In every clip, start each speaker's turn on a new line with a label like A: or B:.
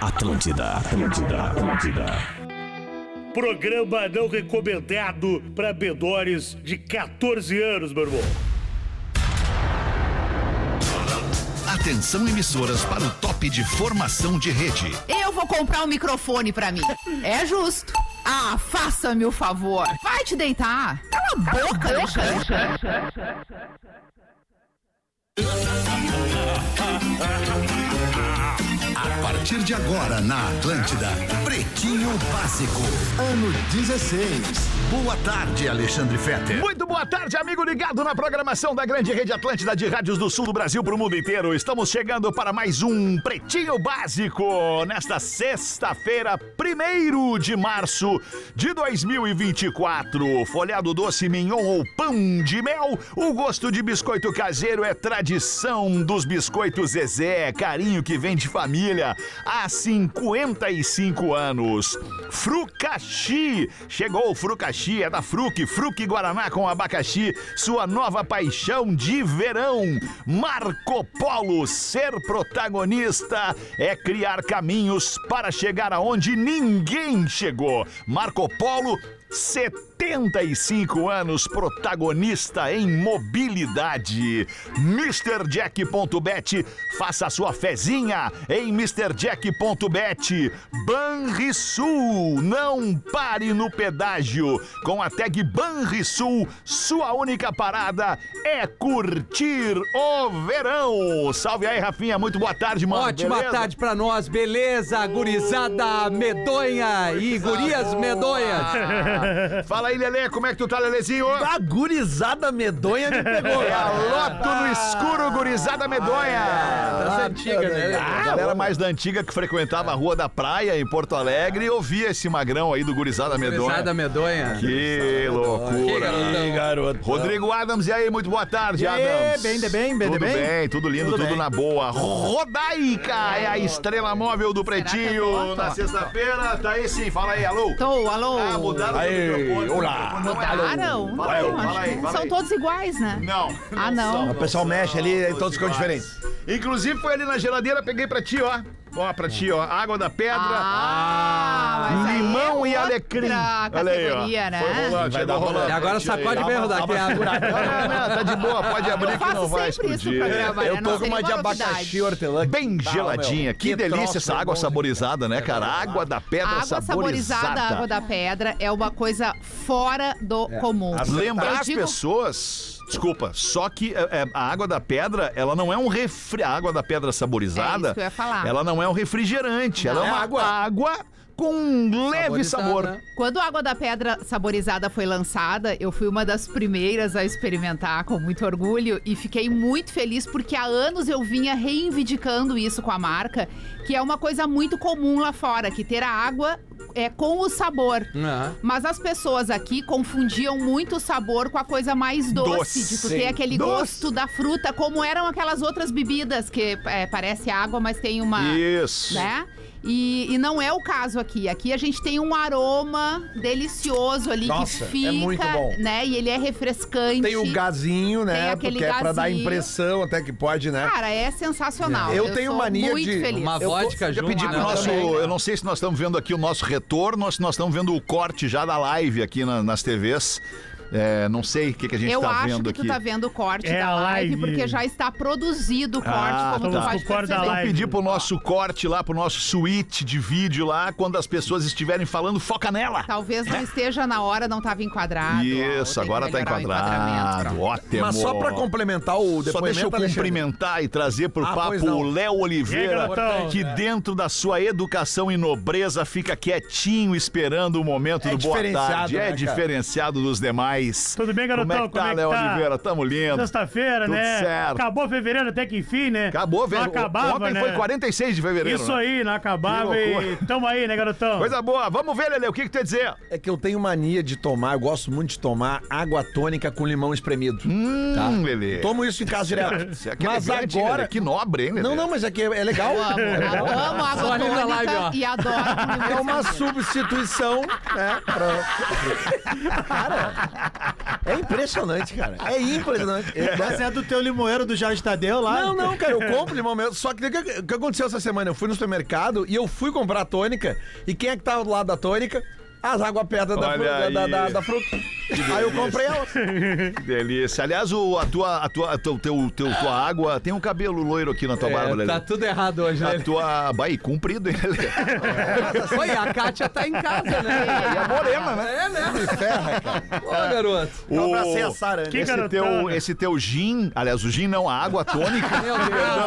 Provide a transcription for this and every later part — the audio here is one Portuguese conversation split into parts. A: Atlântida, Atlântida, Atlântida.
B: Programa não recomendado para bedores de 14 anos, meu irmão.
C: Atenção emissoras para o top de formação de rede.
D: Eu vou comprar um microfone pra mim. É justo. Ah, faça-me o favor. Vai te deitar. Cala a boca, Alexandre.
C: A partir de agora na Atlântida, Pretinho Básico, ano 16. Boa tarde, Alexandre Fetter.
E: Muito boa tarde, amigo ligado na programação da grande rede Atlântida de rádios do sul do Brasil para o mundo inteiro. Estamos chegando para mais um Pretinho Básico nesta sexta-feira, 1 de março de 2024. Folhado doce, mignon ou pão de mel, o gosto de biscoito caseiro é tradição dos biscoitos Zezé, É carinho que vem de família há 55 anos. Frucaxi, chegou o Frucaxi, é da Fruc, Fruc Guaraná com abacaxi, sua nova paixão de verão. Marco Polo, ser protagonista é criar caminhos para chegar aonde ninguém chegou. Marco Polo 75 anos protagonista em mobilidade. MrJack.bet, faça a sua fezinha em MrJack.bet. Banrisul, não pare no pedágio. Com a tag Banrisul, sua única parada é curtir o verão. Salve aí, Rafinha, muito boa tarde, mano.
F: Ótima
E: Beleza?
F: tarde pra nós, beleza? Gurizada medonha e gurias
E: Ah.
F: medonhas.
E: Fala aí, Lelê, como é que tu tá, Lelezinho?
G: A gurizada medonha me pegou.
E: É a Loto no Escuro, gurizada medonha.
F: Essa é antiga,
E: Ah, a galera mais da antiga que frequentava a Rua da Praia em Porto Alegre e ouvia esse magrão aí do Gurizada Medonha.
F: Gurizada medonha.
E: Que
F: Que
E: loucura.
F: garotão.
G: garoto.
E: Rodrigo Adams, e aí? Muito boa tarde,
G: E aí,
E: Adams.
G: bem de bem, bem de
E: tudo
G: bem?
E: tudo lindo, tudo,
G: Tudo bem.
E: na boa. Rodaica é a estrela móvel do Pretinho
G: é
D: boto?
E: na sexta-feira. Tá aí sim, fala aí, alô.
D: Tô, alô.
E: Ah, mudaram
G: Aí,
E: o microfone.
G: olá.
E: Não é alô.
D: Mudaram?
E: Fala aí,
D: Não,
E: fala
D: acho
E: aí,
D: que
E: fala
D: São
E: aí.
D: todos iguais, né?
E: Não.
D: Ah, não.
E: são,
D: O
E: são,
G: pessoal mexe ali,
E: são
G: aí todos ficam
E: iguais. Inclusive, foi ali na geladeira, peguei pra ti, ó. Ó, pra ti, ó. Água da pedra.
D: Ah, mas aí é
E: Limão e
D: outra
E: alecrim. Olha aí, ó.
D: categoria, né?
E: Foi rolando, vai dar rolando.
F: E agora
E: Tira aí.
F: sacode bem, Rodaica. é água.
E: Não, não, tá de boa, pode abrir
D: Eu
E: que não
D: faço
E: vai
D: sempre isso no
E: explodir.
D: programa, né?
G: Eu
D: Não
G: tô com
D: seria
G: uma de
D: novidade.
G: abacaxi hortelã.
E: Bem geladinha, que, delícia essa água saborizada, né, cara? Água da pedra
D: A água
E: saborizada.
D: saborizada, a água da pedra é uma coisa fora do comum.
E: Lembrar
D: Eu
E: as
D: digo-
E: pessoas. Desculpa, só que é, é, a água da pedra, ela não é um refri... A água da pedra saborizada,
D: É isso que eu ia falar.
E: ela não é um refrigerante, ela é
G: Não.
E: uma
G: É
E: água,
G: água.
E: com um leve
F: Saborizada. né?
E: sabor.
D: Quando a água da pedra saborizada foi lançada, eu fui uma das primeiras a experimentar com muito orgulho e fiquei muito feliz porque há anos eu vinha reivindicando isso com a marca, que é uma coisa muito comum lá fora, que ter a água é com o sabor.
F: Ah.
D: Mas as pessoas aqui confundiam muito o sabor com a coisa mais doce,
E: Doce.
D: de tu ter aquele
E: Doce.
D: gosto da fruta, como eram aquelas outras bebidas que é, parece água, mas tem uma
E: Isso.
D: né? E, e não é o caso aqui. Aqui a gente tem um aroma delicioso ali
G: Nossa, é
D: que fica,
G: muito bom.
D: né? E ele é refrescante.
G: Tem o gazinho,
D: Tem
G: né?
D: aquele
G: Porque é pra dar
D: gazinho.
G: impressão até que pode, né?
D: Cara, é sensacional.
G: Eu tenho
D: sou
G: mania
D: muito
G: de-
D: feliz.
F: Uma
G: Eu
F: vodka
E: Já
F: junto. né?
E: pedi
D: Água
E: pro nosso.
D: também,
E: Eu não sei se nós estamos vendo aqui o nosso retorno ou se nós estamos vendo o corte já da live aqui na- nas TVs. É, não sei o que, que a gente
D: Eu
E: tá
D: acho
E: vendo
D: que
E: aqui.
D: tu tá vendo o corte
B: É
D: da
B: a
D: live,
B: live.
D: porque já está produzido o corte,
E: Ah,
D: como
B: tá.
D: tu pode
B: O corte da
D: perceber.
B: live.
E: Pedir pro nosso corte lá, pro nosso suíte de vídeo lá, quando as pessoas estiverem falando, foca nela!
D: Talvez não esteja na hora, não estava enquadrado. ó,
E: Isso,
D: tem que
E: agora tá
D: melhorar o enquadramento,
E: enquadrado.
D: pronto.
E: Ótimo.
G: Mas só pra complementar o depoimento,
E: Só deixa eu
G: Alexandre.
E: cumprimentar e trazer pro
G: Ah, pois
E: papo
G: não.
E: o Léo
B: E
E: Oliveira,
B: aí, garotão?
E: que dentro da sua educação e nobreza fica quietinho esperando o momento
G: É
E: do Boa
G: diferenciado,
E: Tarde.
G: né,
E: é
G: cara?
E: diferenciado dos demais.
B: Tudo bem, garotão?
E: Como é que tá, Léo Oliveira? Tamo lindo.
B: Sexta-feira,
E: Tudo
B: né?
E: certo.
B: Acabou fevereiro até que enfim, né?
E: Acabou, velho.
B: Não acabava,
E: Ontem
B: né?
E: foi 46 de fevereiro.
B: Isso
E: né?
B: aí, não acabava
E: Que
B: e
E: loucura.
B: tamo aí, né, garotão?
E: Coisa boa. Vamos ver, Lele, o que que tu ia dizer?
G: É que eu tenho mania de tomar, eu gosto muito de tomar água tônica com limão espremido.
E: Hum, Lele.
G: Tomo isso em casa direto.
E: Isso é que
G: Tá. mas
E: elegante, hein, Lelê?
G: agora.
E: Que nobre, hein, Lelê?
G: Não, não, mas é que é legal.
D: Eu amo, eu amo água
F: Só ali na
D: tônica
F: live, ó.
D: e adoro
G: É
D: comigo.
G: uma substituição, né? Pra... Cara,
H: É impressionante, cara. É impressionante.
I: Mas é do teu limoeiro do Jorge Tadeu lá?
G: Não, não, cara, eu compro limão mesmo. Só que o que, o que aconteceu essa semana? Eu fui no supermercado e eu fui comprar a tônica. E quem é que tava do lado da tônica? As águas pedras da,
E: Olha
G: fru- da, da,
E: aí.
G: da- da fruta. Aí eu comprei elas.
E: Que delícia. Aliás, o, a tua, a tua, a teu, teu, teu- tua água tem um cabelo loiro aqui na tua barba,
F: É,
E: Lelê.
F: tá tudo errado hoje, né?
E: A tua. Bahia, comprido, hein, Lelê?
F: Oi, a Kátia tá em casa, né?
D: E a
F: morena, né? É, né? Me ferra, cara. Ô, garoto.
E: O-
H: abracei a Sara, né?
E: esse,
B: garotana.
E: teu, esse teu gin, aliás, o gin não, a água tônica.
F: Meu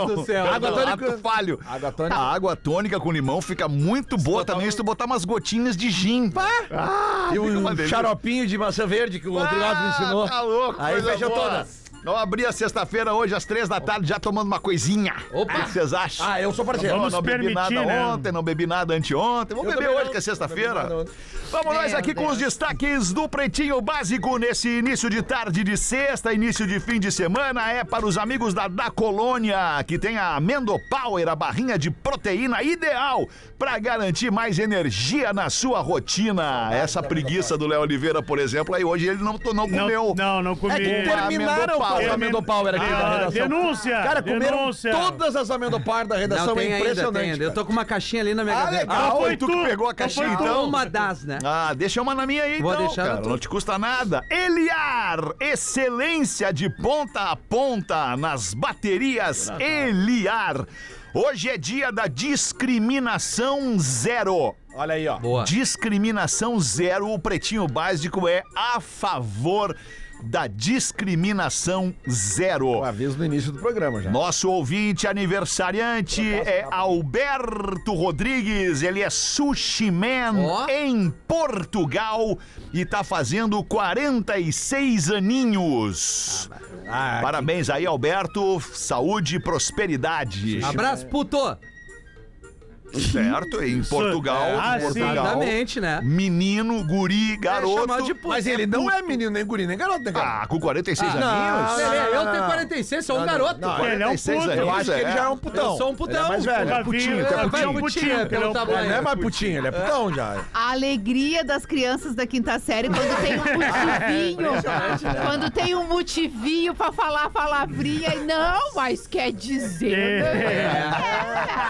F: Deus do céu.
E: Água
F: Não,
E: tônica. Hábito falho.
G: Água tônica.
E: A água tônica com limão fica muito boa também
F: um
E: se tu botar umas gotinhas de gin. Ah,
G: E
E: fica
G: um
E: uma delícia.
G: xaropinho de maçã verde que o Rodrigo Alves me ensinou.
E: Ah, Tá louco,
G: Aí
E: coisa
G: fecha
E: boa.
G: todas.
E: Eu abri a sexta-feira hoje, às três da tarde, já tomando uma coisinha.
F: Opa.
E: O que que vocês acham?
G: Ah, eu sou parceiro.
E: Não,
B: Vamos
E: não bebi
B: permitir,
E: nada
B: né?
E: ontem, não bebi nada anteontem. Vamos
G: Eu
E: beber
G: também
E: hoje,
G: não.
E: que é sexta-feira.
G: Não bebi nada
E: Vamos nós
D: Meu
E: aqui com
D: Deus.
E: os destaques do Pretinho Básico nesse início de tarde de sexta, início de fim de semana. É para os amigos da Da Colônia, que tem a Amendo Power, a barrinha de proteína ideal para garantir mais energia na sua rotina. Essa preguiça do Léo Oliveira, por exemplo, aí hoje ele não, não
B: Não,
E: comeu.
B: não, não comi.
G: É que terminaram com as
E: Amendopower.
G: amendopower aqui da
B: Ah,
G: redação.
B: denúncia!
G: Cara, comeram
B: denúncia.
G: todas as amendopower da
F: Não,
G: redação.
F: tem
G: é
F: ainda,
G: impressionante.
F: tem ainda. Eu tô com uma caixinha ali na minha
E: Ah,
F: gaveta. Ah,
E: legal,
B: Não foi
E: foi tu, que
B: tu,
E: pegou
B: não
E: a
B: foi
E: caixinha
B: tu.
E: então.
F: Uma das, né?
E: Ah, deixa uma na minha aí,
F: Vou
E: então,
F: deixar na
E: cara.
F: tua.
E: Não te custa nada. Eliar, excelência de ponta a ponta nas baterias Eliar. Hoje é dia da discriminação zero.
H: Olha aí, ó.
F: Boa.
E: Discriminação zero. O pretinho básico é a favor da discriminação zero.
G: Um aviso no início do programa já.
E: Nosso ouvinte aniversariante é Alberto Rodrigues, ele é sushi man
F: Ó.
E: em Portugal e tá fazendo 46 aninhos.
G: Ah,
E: Parabéns aí, Alberto. Saúde e prosperidade.
G: Ah,
F: Abraço, puto.
E: Certo, em Portugal.
G: É,
B: Ah, sim.
E: Portugal.
F: Exatamente, né?
E: Menino, guri, garoto.
F: chamado de puto.
G: Mas ele não é menino, nem guri, nem garoto, né, cara?
E: Ah, com 46 aninhos?
F: Lelê,
G: não,
F: eu
G: não,
F: tenho
G: não.
F: 46, sou um garoto.
B: Ele é um
E: 46
B: puto.
E: aninhos,
G: Eu acho que ele
E: é.
G: já é um putão.
F: Eu sou um putão.
G: Ele é mais
B: Já
G: velho.
B: vi, um
E: putinho,
B: eu
E: tá
B: já vi
F: putinho. Putinho,
B: ele é
F: pelo
B: um
F: tamanho.
G: Não é mais putinho, ele é putão já.
D: A alegria das crianças da quinta série quando tem um
B: É
D: motivinho.
B: né?
D: quando tem um motivinho pra falar a palavrinha e não, mas quer dizer. né?
B: É.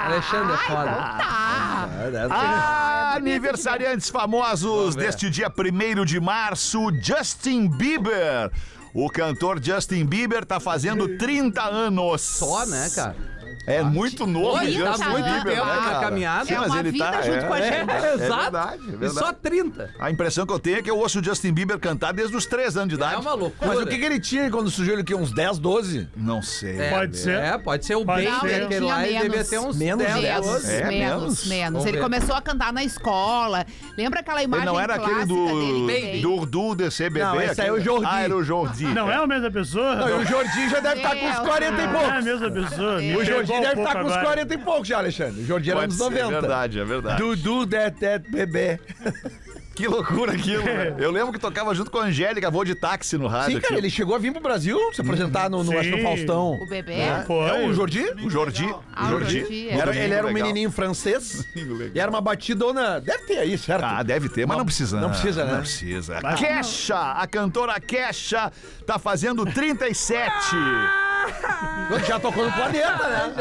F: Alexandre é foda.
D: Tá.
G: Ah,
E: Ah, Aniversariantes famosos deste dia 1 de março, Justin Bieber. O cantor Justin Bieber tá fazendo 30 anos.
F: Só, né, cara?
E: É muito novo,
F: Oi,
E: Justin
F: tá muito
E: Bieber,
F: tempo
E: né,
F: na
E: cara?
F: caminhada.
E: Sim,
D: É
E: mas
D: uma
E: ele
D: vida
E: tá-
D: junto com a
E: é.
D: gente.
F: É, exato.
E: verdade, é
F: E
E: verdade.
F: só 30.
E: A impressão que eu tenho é que eu ouço o Justin Bieber cantar desde os 3 anos de idade.
F: É uma loucura.
G: Mas o que, que ele tinha quando surgiu ele que uns 10, 12?
E: Não sei.
F: É,
B: Pode ser.
F: É, pode ser o
B: Pode
F: bem
B: ser.
F: que aquele lá. Ele
D: Tinha
F: devia
D: menos.
F: ter uns
G: Menos
F: 10,
D: Menos,
F: 12.
E: É, menos?
D: menos, menos.
F: Vamos
D: Ele
F: ver.
D: começou a cantar na escola. Lembra aquela
E: Ele
D: imagem
E: não era
D: clássica
E: aquele do
D: dele? que tem?
E: Durdu DCBB.
G: Não, esse aí é o
E: aquele?
G: Jordi.
E: Ah, era o Jordi.
B: Não é a mesma pessoa?
G: Não, e o Jordi já deve estar com uns
D: Meu
G: 40 e
D: Deus.
B: Não é a
G: poucos.
B: mesma pessoa. me
G: O
B: pegou
G: Jordi
B: um
G: deve estar
B: pouco
G: com uns
B: agora.
G: 40 e poucos já, Alexandre. O Jordi era
E: Pode
G: uns
E: ser,
G: 90.
E: É verdade, é verdade.
G: Dudu, Detet, Bebê.
E: Que loucura aquilo, né? Eu lembro que tocava junto com a Angélica, vou de táxi no rádio. tipo,
G: Sim, cara,
E: aqui.
G: ele chegou a vir pro Brasil se apresentar no, no, acho que no
B: Sim.
G: Faustão.
D: O bebê?
B: Foi.
G: É o Jordi?
E: O Jordi.
D: Ah, o Jordi, é.
G: Era- ele era um
E: Legal.
G: menininho francês e era uma batidona. Deve ter aí, certo?
E: Ah, deve ter, mas não precisa.
G: Não precisa, né?
E: Não precisa. Kesha, a cantora Kesha, tá fazendo 37.
G: Já tocou no planeta, né?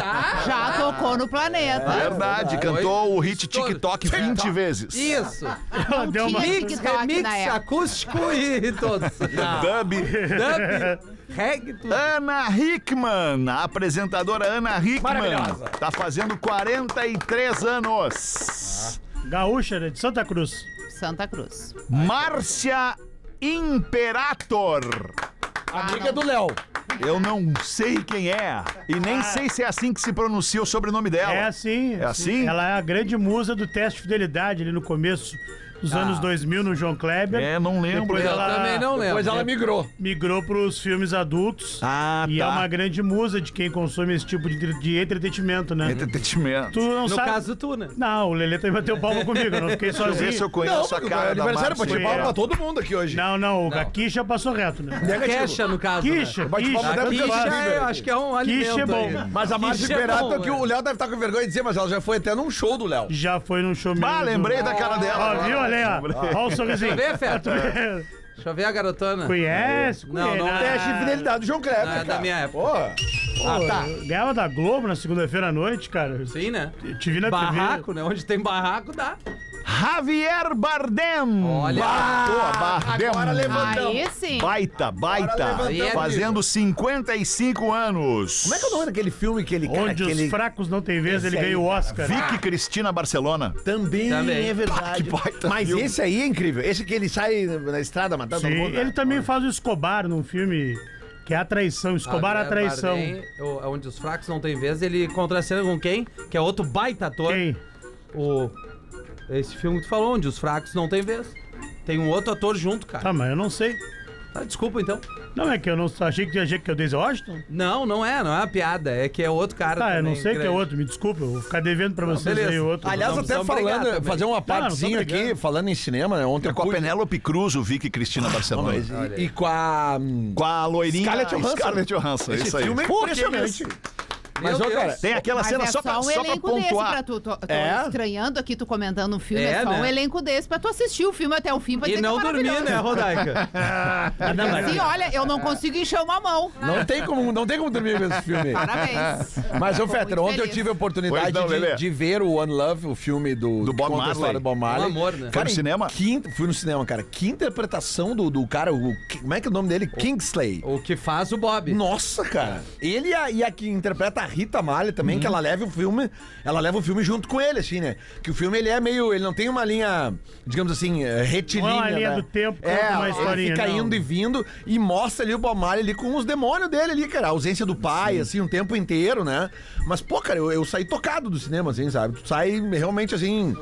D: Já tocou no
G: Ah, é
D: planeta.
E: Verdade, cantou o hit TikTok 20 vezes.
F: Isso.
B: Ela deu uma...
D: Tinha
F: Mix,
D: É. TikTok
F: remix,
D: na época.
F: acústico e todos.
E: Dub.
F: Dub, reggae, tudo.
E: Ana Hickman, a apresentadora Ana Hickman, tá fazendo 43 anos.
G: Ah,
B: Gaúcha, né? De Santa Cruz.
D: Santa Cruz.
G: tá.
E: Márcia Imperator.
G: Amiga do Léo.
E: Eu não sei quem é e nem
G: Ah.
E: sei se é assim que se pronuncia o sobrenome dela.
B: É assim.
E: É assim?
B: Ela é a grande musa do teste de fidelidade ali no começo dos anos 2000 no João Kleber.
E: Tá. É, não lembro.
B: Depois
F: Eu
B: ela
F: também não lembro.
G: Mas ela migrou.
B: migrou pros filmes adultos.
E: Ah,
B: E
E: tá.
B: é uma grande musa de quem consome esse tipo de, entre- de entretenimento, né?
E: Entretenimento.
B: Tu não
F: No
B: sabe...
F: caso, tu, né?
B: Não, o Lelê também bateu palma comigo, eu não fiquei
E: Deixa eu ver se eu
B: sozinho.
G: Não, é
E: conheço a cara da
G: aniversário,
E: Márcia.
G: bate palma pra todo mundo aqui hoje. Tá
B: Não, não, o Gaki já passou reto, né?
F: Queixa, no caso. né?
B: Quicha,
G: bate palma
F: A
B: quicha.
G: deve ter
F: quicha,
G: sido,
F: é, eu
G: né?
F: acho que é um alimento.
B: Quicha é bom.
F: aí.
G: Mas a Márcia
F: Quiche é
G: Imperato,
F: bom,
G: que
F: é.
G: o Léo deve estar com vergonha de dizer, mas ela já foi até num show do Léo.
B: Já foi num show
E: Ah,
B: meu do-
E: lembrei da cara dela.
B: Ó, viu? Olha aí, ó. Olha o sorrisinho.
F: Vê, Feta?
B: Tu vê?
F: Deixa eu ver a garotona.
B: Conhece?
F: Não, não.
B: conhece.
E: é.
G: Teste de fidelidade do João Kleber.
F: Ah, Não, é da
G: cara.
F: minha época.
G: Porra.
B: Ah, tá. Ganhava da Globo na segunda-feira à noite, cara.
F: Sim, né?
B: Eu Te vi na
F: Barraco, né? Onde tem barraco, dá.
E: Javier Bardem.
F: Olha.
E: Boa, Bardem.
G: Agora levantamos.
D: Aí sim.
E: Baita, baita.
G: Agora
F: levantamos.
E: Fazendo 55 anos.
G: Como é que é o nome daquele filme que ele...
B: TV. Onde
G: aquele...
B: os fracos não têm vez, ele
G: Esse aí,
B: ganhou o Oscar.
E: Vicky Cristina Barcelona.
G: Também,
F: Também.
G: é verdade.
E: Ah, Que baita
G: Mas
E: filme.
G: esse aí é incrível. Esse que ele sai na estrada matando
B: Sim,
G: todo mundo. né?
B: ele também faz o Escobar num filme que é a traição. Escobar a
F: Javier
B: traição.
F: Bardem, o- é onde os fracos não tem vez, ele contracena com quem? Que é outro baita ator.
B: Quem?
F: O... Esse filme que tu falou, onde os fracos não tem vez. Tem um outro ator junto, cara.
B: Tá, mas eu não sei.
F: Ah, desculpa, então.
B: Não é que eu não achei que achei que eu dei Washington?
F: Não, não é, não é uma piada. É que é outro cara
B: Tá, eu não
F: também,
B: sei que é
F: grande.
B: outro, me desculpa, eu vou ficar devendo pra vocês
F: beleza.
B: aí o outro.
G: Aliás,
F: Não
G: até
F: precisamos brigar
G: falando,
F: também.
G: fazer uma
B: Não,
G: partezinha
B: não tô
G: aqui,
B: brigando.
G: falando em cinema, né? Ontem eu
E: Com a
G: fui-
E: Penélope Cruz, o Vicky Cristina
G: Não,
E: Barcelona.
G: mas e, e com a. hum,
E: Com a loirinha
G: Scarlett Johansson.
E: Scarlett Johansson, é
G: Esse
E: isso aí.
G: filme é
E: Pô, que
G: impressionante.
E: isso?
G: Mas,
F: Meu
G: ó, cara,
F: Deus.
E: Tem aquela
D: Mas
E: cena
D: é
E: só, pra,
D: um
E: só pra
D: elenco desse pra
E: pontuar.
D: tu. Tô, tô
G: É?
D: estranhando aqui, tu comentando um filme,
F: É,
D: é, só um
F: né?
D: elenco desse pra tu assistir o filme até o fim. Pra
F: E
D: dizer
F: não
D: que é
F: dormir, né,
D: maravilhoso.
F: Rodaica? Ah,
D: Assim, olha, eu não consigo encher uma mão.
G: Não tem como, não tem como dormir vendo esse filme.
D: Parabéns.
G: Mas, ô
D: Tô muito
G: Fetter, ontem eu
D: feliz.
G: tive um- a oportunidade
E: Pois não, Lelê.
G: de, de ver o One Love, o filme do,
E: Do Bob
G: que conta a
E: Marley.
G: história do Bob Marley.
F: Um amor, né?
E: Foi no
G: e
E: cinema?
G: que in- fui no cinema, cara. Que interpretação do, do cara, o, que- como é que é o nome dele? Kingsley.
F: O que faz o Bob.
G: Nossa, cara. Ele e a, e a que interpreta a Rita Malha também,
F: Uhum.
G: que ela leva o filme, ela leva o filme junto com ele, assim, né? Que o filme ele é meio, ele não tem uma linha, digamos assim, eh, retilínea.
B: Não é uma linha
G: né?
B: do tempo,
G: é,
B: conta uma
G: ele
B: historinha,
G: fica
B: não.
G: indo e vindo e mostra ali o Bob Marley ali com os demônios dele ali, cara, a ausência do pai, assim, um tempo inteiro, né? Mas pô, cara, eu, eu saí tocado do cinema, assim, sabe? Tu sai realmente assim,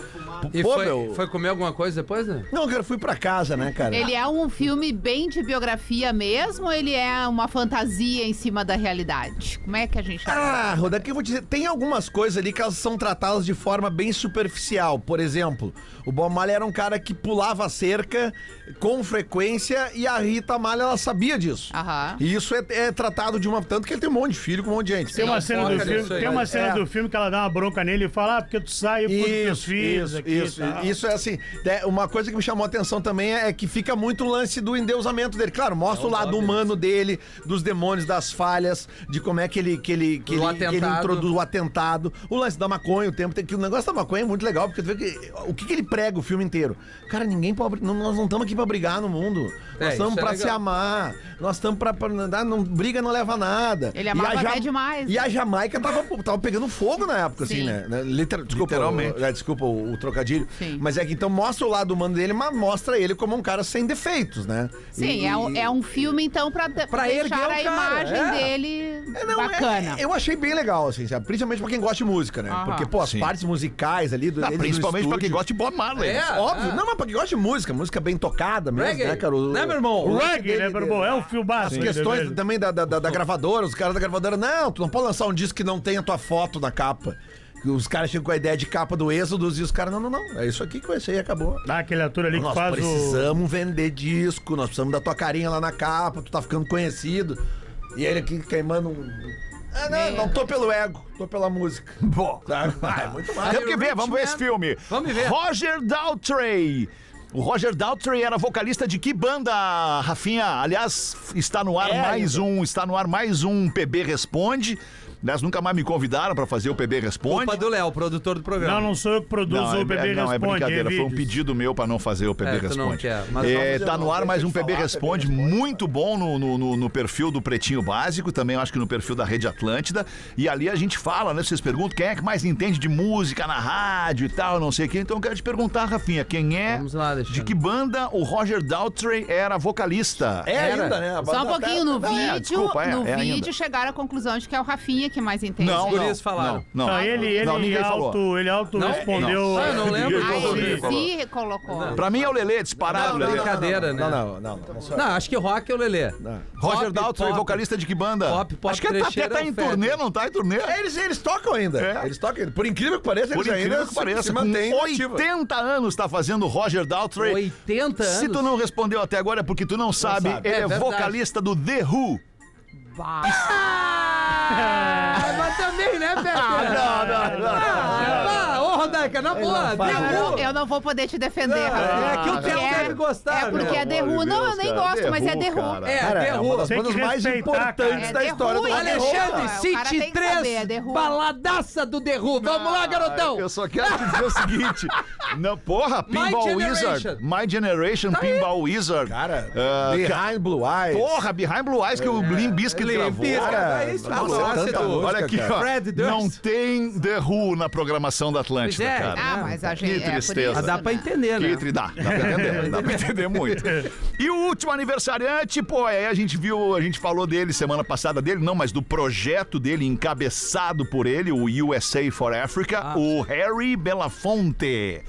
F: E
G: pô,
F: foi,
G: meu.
F: foi comer alguma coisa depois, né?
G: Não, cara, eu fui pra casa, né, cara?
D: Ele é um filme bem de biografia mesmo ou ele é uma fantasia em cima da realidade? Como é que a gente...
G: Ah, Rodak, eu vou te dizer, tem algumas coisas ali que elas são tratadas de forma bem superficial. Por exemplo, o Bob Marley era um cara que pulava a cerca com frequência e a Rita Malha, ela sabia disso.
D: Aham.
G: E isso é, é tratado de uma... Tanto que ele tem um monte de filho com um monte de gente.
B: Tem uma cena,
F: foca
B: do
F: nisso
B: filme,
F: aí.
B: tem uma cena
G: É.
B: do filme que ela dá uma bronca nele e fala, ah, porque tu sai por teus filhos
G: isso,
B: aqui. e
G: isso,
B: tal."
G: isso é assim. né, Uma coisa que me chamou a atenção também é que fica muito o lance do endeusamento dele. Claro, mostra o lado
F: Bob,
G: humano dele, dos demônios, das falhas, de como é que ele que ele que
F: Do
G: ele, que ele
F: atentado.
G: introduz o atentado, o lance da maconha, o tempo tem que o negócio da maconha é muito legal porque tu vê que o que, que ele prega o filme inteiro. Cara, ninguém pode, não- nós não estamos aqui pra brigar no mundo.
F: É,
G: Nós estamos
F: isso é
G: pra
F: legal.
G: se amar. Nós estamos pra, pra andar, não briga não leva a nada.
D: Ele
G: E a
D: amava
G: Ja-
D: até demais, né?
G: E a Jamaica tava, tava pegando fogo na época assim,
D: Sim.
G: né? né? Literal- desculpa,
E: Literalmente.
G: o- é, desculpa o, o trocadilho.
D: Sim.
G: Mas é que então mostra o lado humano dele, mas mostra ele como um cara sem defeitos, né?
D: Sim,
G: E-
D: é um, é um filme, então, pra, pra
F: erguer
D: deixar
F: o
D: a
F: cara,
D: imagem
F: é.
D: dele
G: É, não, é-
D: bacana.
G: eu achei bem legal, assim, sabe? Principalmente pra quem gosta de música, né?
D: Aham.
G: Porque, pô, as
E: Sim.
G: partes musicais ali do
E: Ah,
G: eles no
E: principalmente pra quem
G: estúdio-
E: gosta de Bob Marley.
F: É.
G: Óbvio,
F: Ah.
G: não, mas pra quem gosta de música, música bem tocada mesmo,
F: Reggae.
G: né, cara? O-
F: Né, meu irmão?
G: o
B: O
G: lance
B: Reggae,
G: dele-
B: né, Barbô? É um filmaço.
G: As
B: né,
G: questões
B: velho?
G: também da, da, da- da gravadora, os caras da gravadora, não, tu não pode lançar um disco que não tenha tua foto na capa. Os caras chegam com a ideia de capa do Êxodos e os caras, não, não, não, é isso aqui que vai ser e acabou.
B: Ah, aquele ator ali que
G: Nós
B: faz o...
G: precisamos vender disco, nós precisamos da tua carinha lá na capa, tu tá ficando conhecido. E ele aqui queimando um. Ah, não, não tô pelo ego, tô pela música.
E: Bom.
G: Tá? Ah, é muito mais.
E: Temos que ver, vamos ver esse filme.
F: Vamos ver.
E: Roger Daltrey. O Roger Daltrey era vocalista de que banda, Rafinha? Aliás, está no ar
G: É,
E: mais um, está no ar mais um PB Responde. Aliás, nunca mais me convidaram para fazer o PB Responde.
F: Culpa do Léo, produtor do programa.
B: Não, não sou eu que produzo
E: Não, é,
B: o Bebê
E: é- não, é
B: Responde.
E: brincadeira. Foi um
B: vídeos.
E: pedido meu pra não fazer o PB
F: É, tu não
E: Responde.
F: quer, mas
E: É,
F: vamos-
E: tá no ar mais um PB
G: falar,
E: Responde,
G: PB
E: muito bom no, no- no- no perfil do Pretinho Básico, também eu acho que no perfil da Rede Atlântida. E ali a gente fala, né? Vocês perguntam quem é que mais entende de música na rádio e tal, não sei o quê. Então eu quero te perguntar, Rafinha, quem é,
F: Vamos lá, Alexandre.
E: de que banda o Roger Daltrey era vocalista?
G: É
F: Era.
G: ainda, né? A
D: Só um
G: banda
D: pouquinho no
E: Não, é,
D: vídeo,
E: desculpa, é,
D: no
E: é
D: vídeo
E: ainda.
D: chegaram à conclusão de que é o Rafinha que mais entende.
E: Não,
F: gurias
E: não,
F: falaram.
E: Não, não.
B: Não, Tá, ele, ele,
E: Não, ninguém falou.
B: auto, ele auto
F: Não?
B: respondeu...
F: Ah, eu não lembro.
D: Ah, ele
E: Falou.
D: se colocou.
E: Pra mim é o Lelê, disparado,
F: Não, não,
E: Lelê.
F: Brincadeira, né?
G: Não, não, não. não, não sou eu.
F: Não, acho que rock é o Lelê.
E: Roger
F: Pop,
E: Daltrey,
F: pop,
E: vocalista de que banda?
F: pop, pop,
E: acho que ele tá- até
F: trecheira
E: tá
F: é o
E: em
F: Fetter.
E: turnê, não tá em turnê?
G: É, Eles, eles tocam ainda.
E: É.
G: Eles tocam ainda. Por incrível que pareça,
F: é
E: Por
G: eles
E: incrível
G: ainda
E: que
G: se, se
E: pareça, com
G: mantêm. ativos.
E: 80 anos está fazendo o Roger Daltrey.
F: 80 anos.
E: Se tu não respondeu até agora é porque tu não sabe.
G: sabe.
E: Ele é,
F: É verdade.
E: vocalista do The Who.
D: Bah.
F: Ah, mas também, né, Pepe? Ah,
E: não, não.
F: ah, ô, Rodaica, na boa.
I: fala.
D: Eu
F: derruba.
D: não, eu não não vou poder te defender,
F: Não,
D: Rafinha.
F: é que o
D: Porque
F: Theo deve gostar,
D: É porque
F: meu
D: é The Who. Não, eu nem gosto, mas é The Who.
F: É,
G: Cara, é uma
F: derruba.
G: das
B: Tem que
G: bandas mais
B: respeitar, cara.
G: importantes
D: É
G: da
D: The
G: história do
D: Who,
G: rock and roll.
D: Alexandre,
F: Alexandre,
D: cara. O cara
F: City
D: tem que saber, é
F: 3,
D: derruba.
F: baladaça do derru. Vamos lá, garotão.
E: Eu só quero te dizer o seguinte. Não, porra,
F: My
E: Pinball
F: Generation. Tá
E: Wizard. My Generation, Pinball Wizard.
G: Cara,
E: Ah, ca-
G: Behind Blue Eyes.
E: Porra, Behind Blue Eyes, que é o Limp Bizkit
F: É, Limp
E: gravou.
F: Bizkit,
E: Cara,
F: é isso,
E: nossa,
F: nossa,
E: tanta
F: do-
E: música, Olha aqui,
G: cara.
E: ó.
F: Fred Durst.
E: Não tem The Who na programação da Atlântida,
F: Pois é,
E: cara.
D: Ah, mas a gente. é por
E: tristeza.
D: isso,
F: Mas Ah, dá pra
D: né?
F: entender, né?
E: Que dá, dá pra entender, dá pra entender muito. E o último aniversariante, pô, aí a gente viu, a gente falou dele semana passada dele, não, mas do projeto dele encabeçado por ele, o USA for Africa, o Harry Belafonte.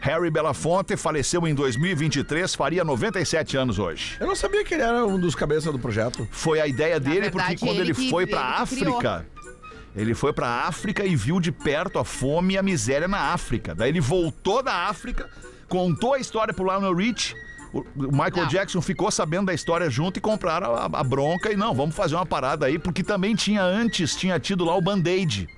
E: Harry Belafonte faleceu em 2023, faria 97 anos hoje.
G: Eu não sabia que ele era um dos cabeças do projeto.
E: Foi a ideia dele,
D: verdade,
E: porque quando ele,
D: ele que-
E: foi
D: ele
E: pra
D: que criou.
E: África. Ele foi pra África e viu de perto a fome e a miséria na África. Daí ele voltou da África, contou a história pro Lionel Rich. O o Michael
D: Não.
E: Jackson ficou sabendo da história junto e compraram a, a bronca e não, vamos fazer uma parada aí, porque também tinha antes, tinha tido lá o Band-Aid.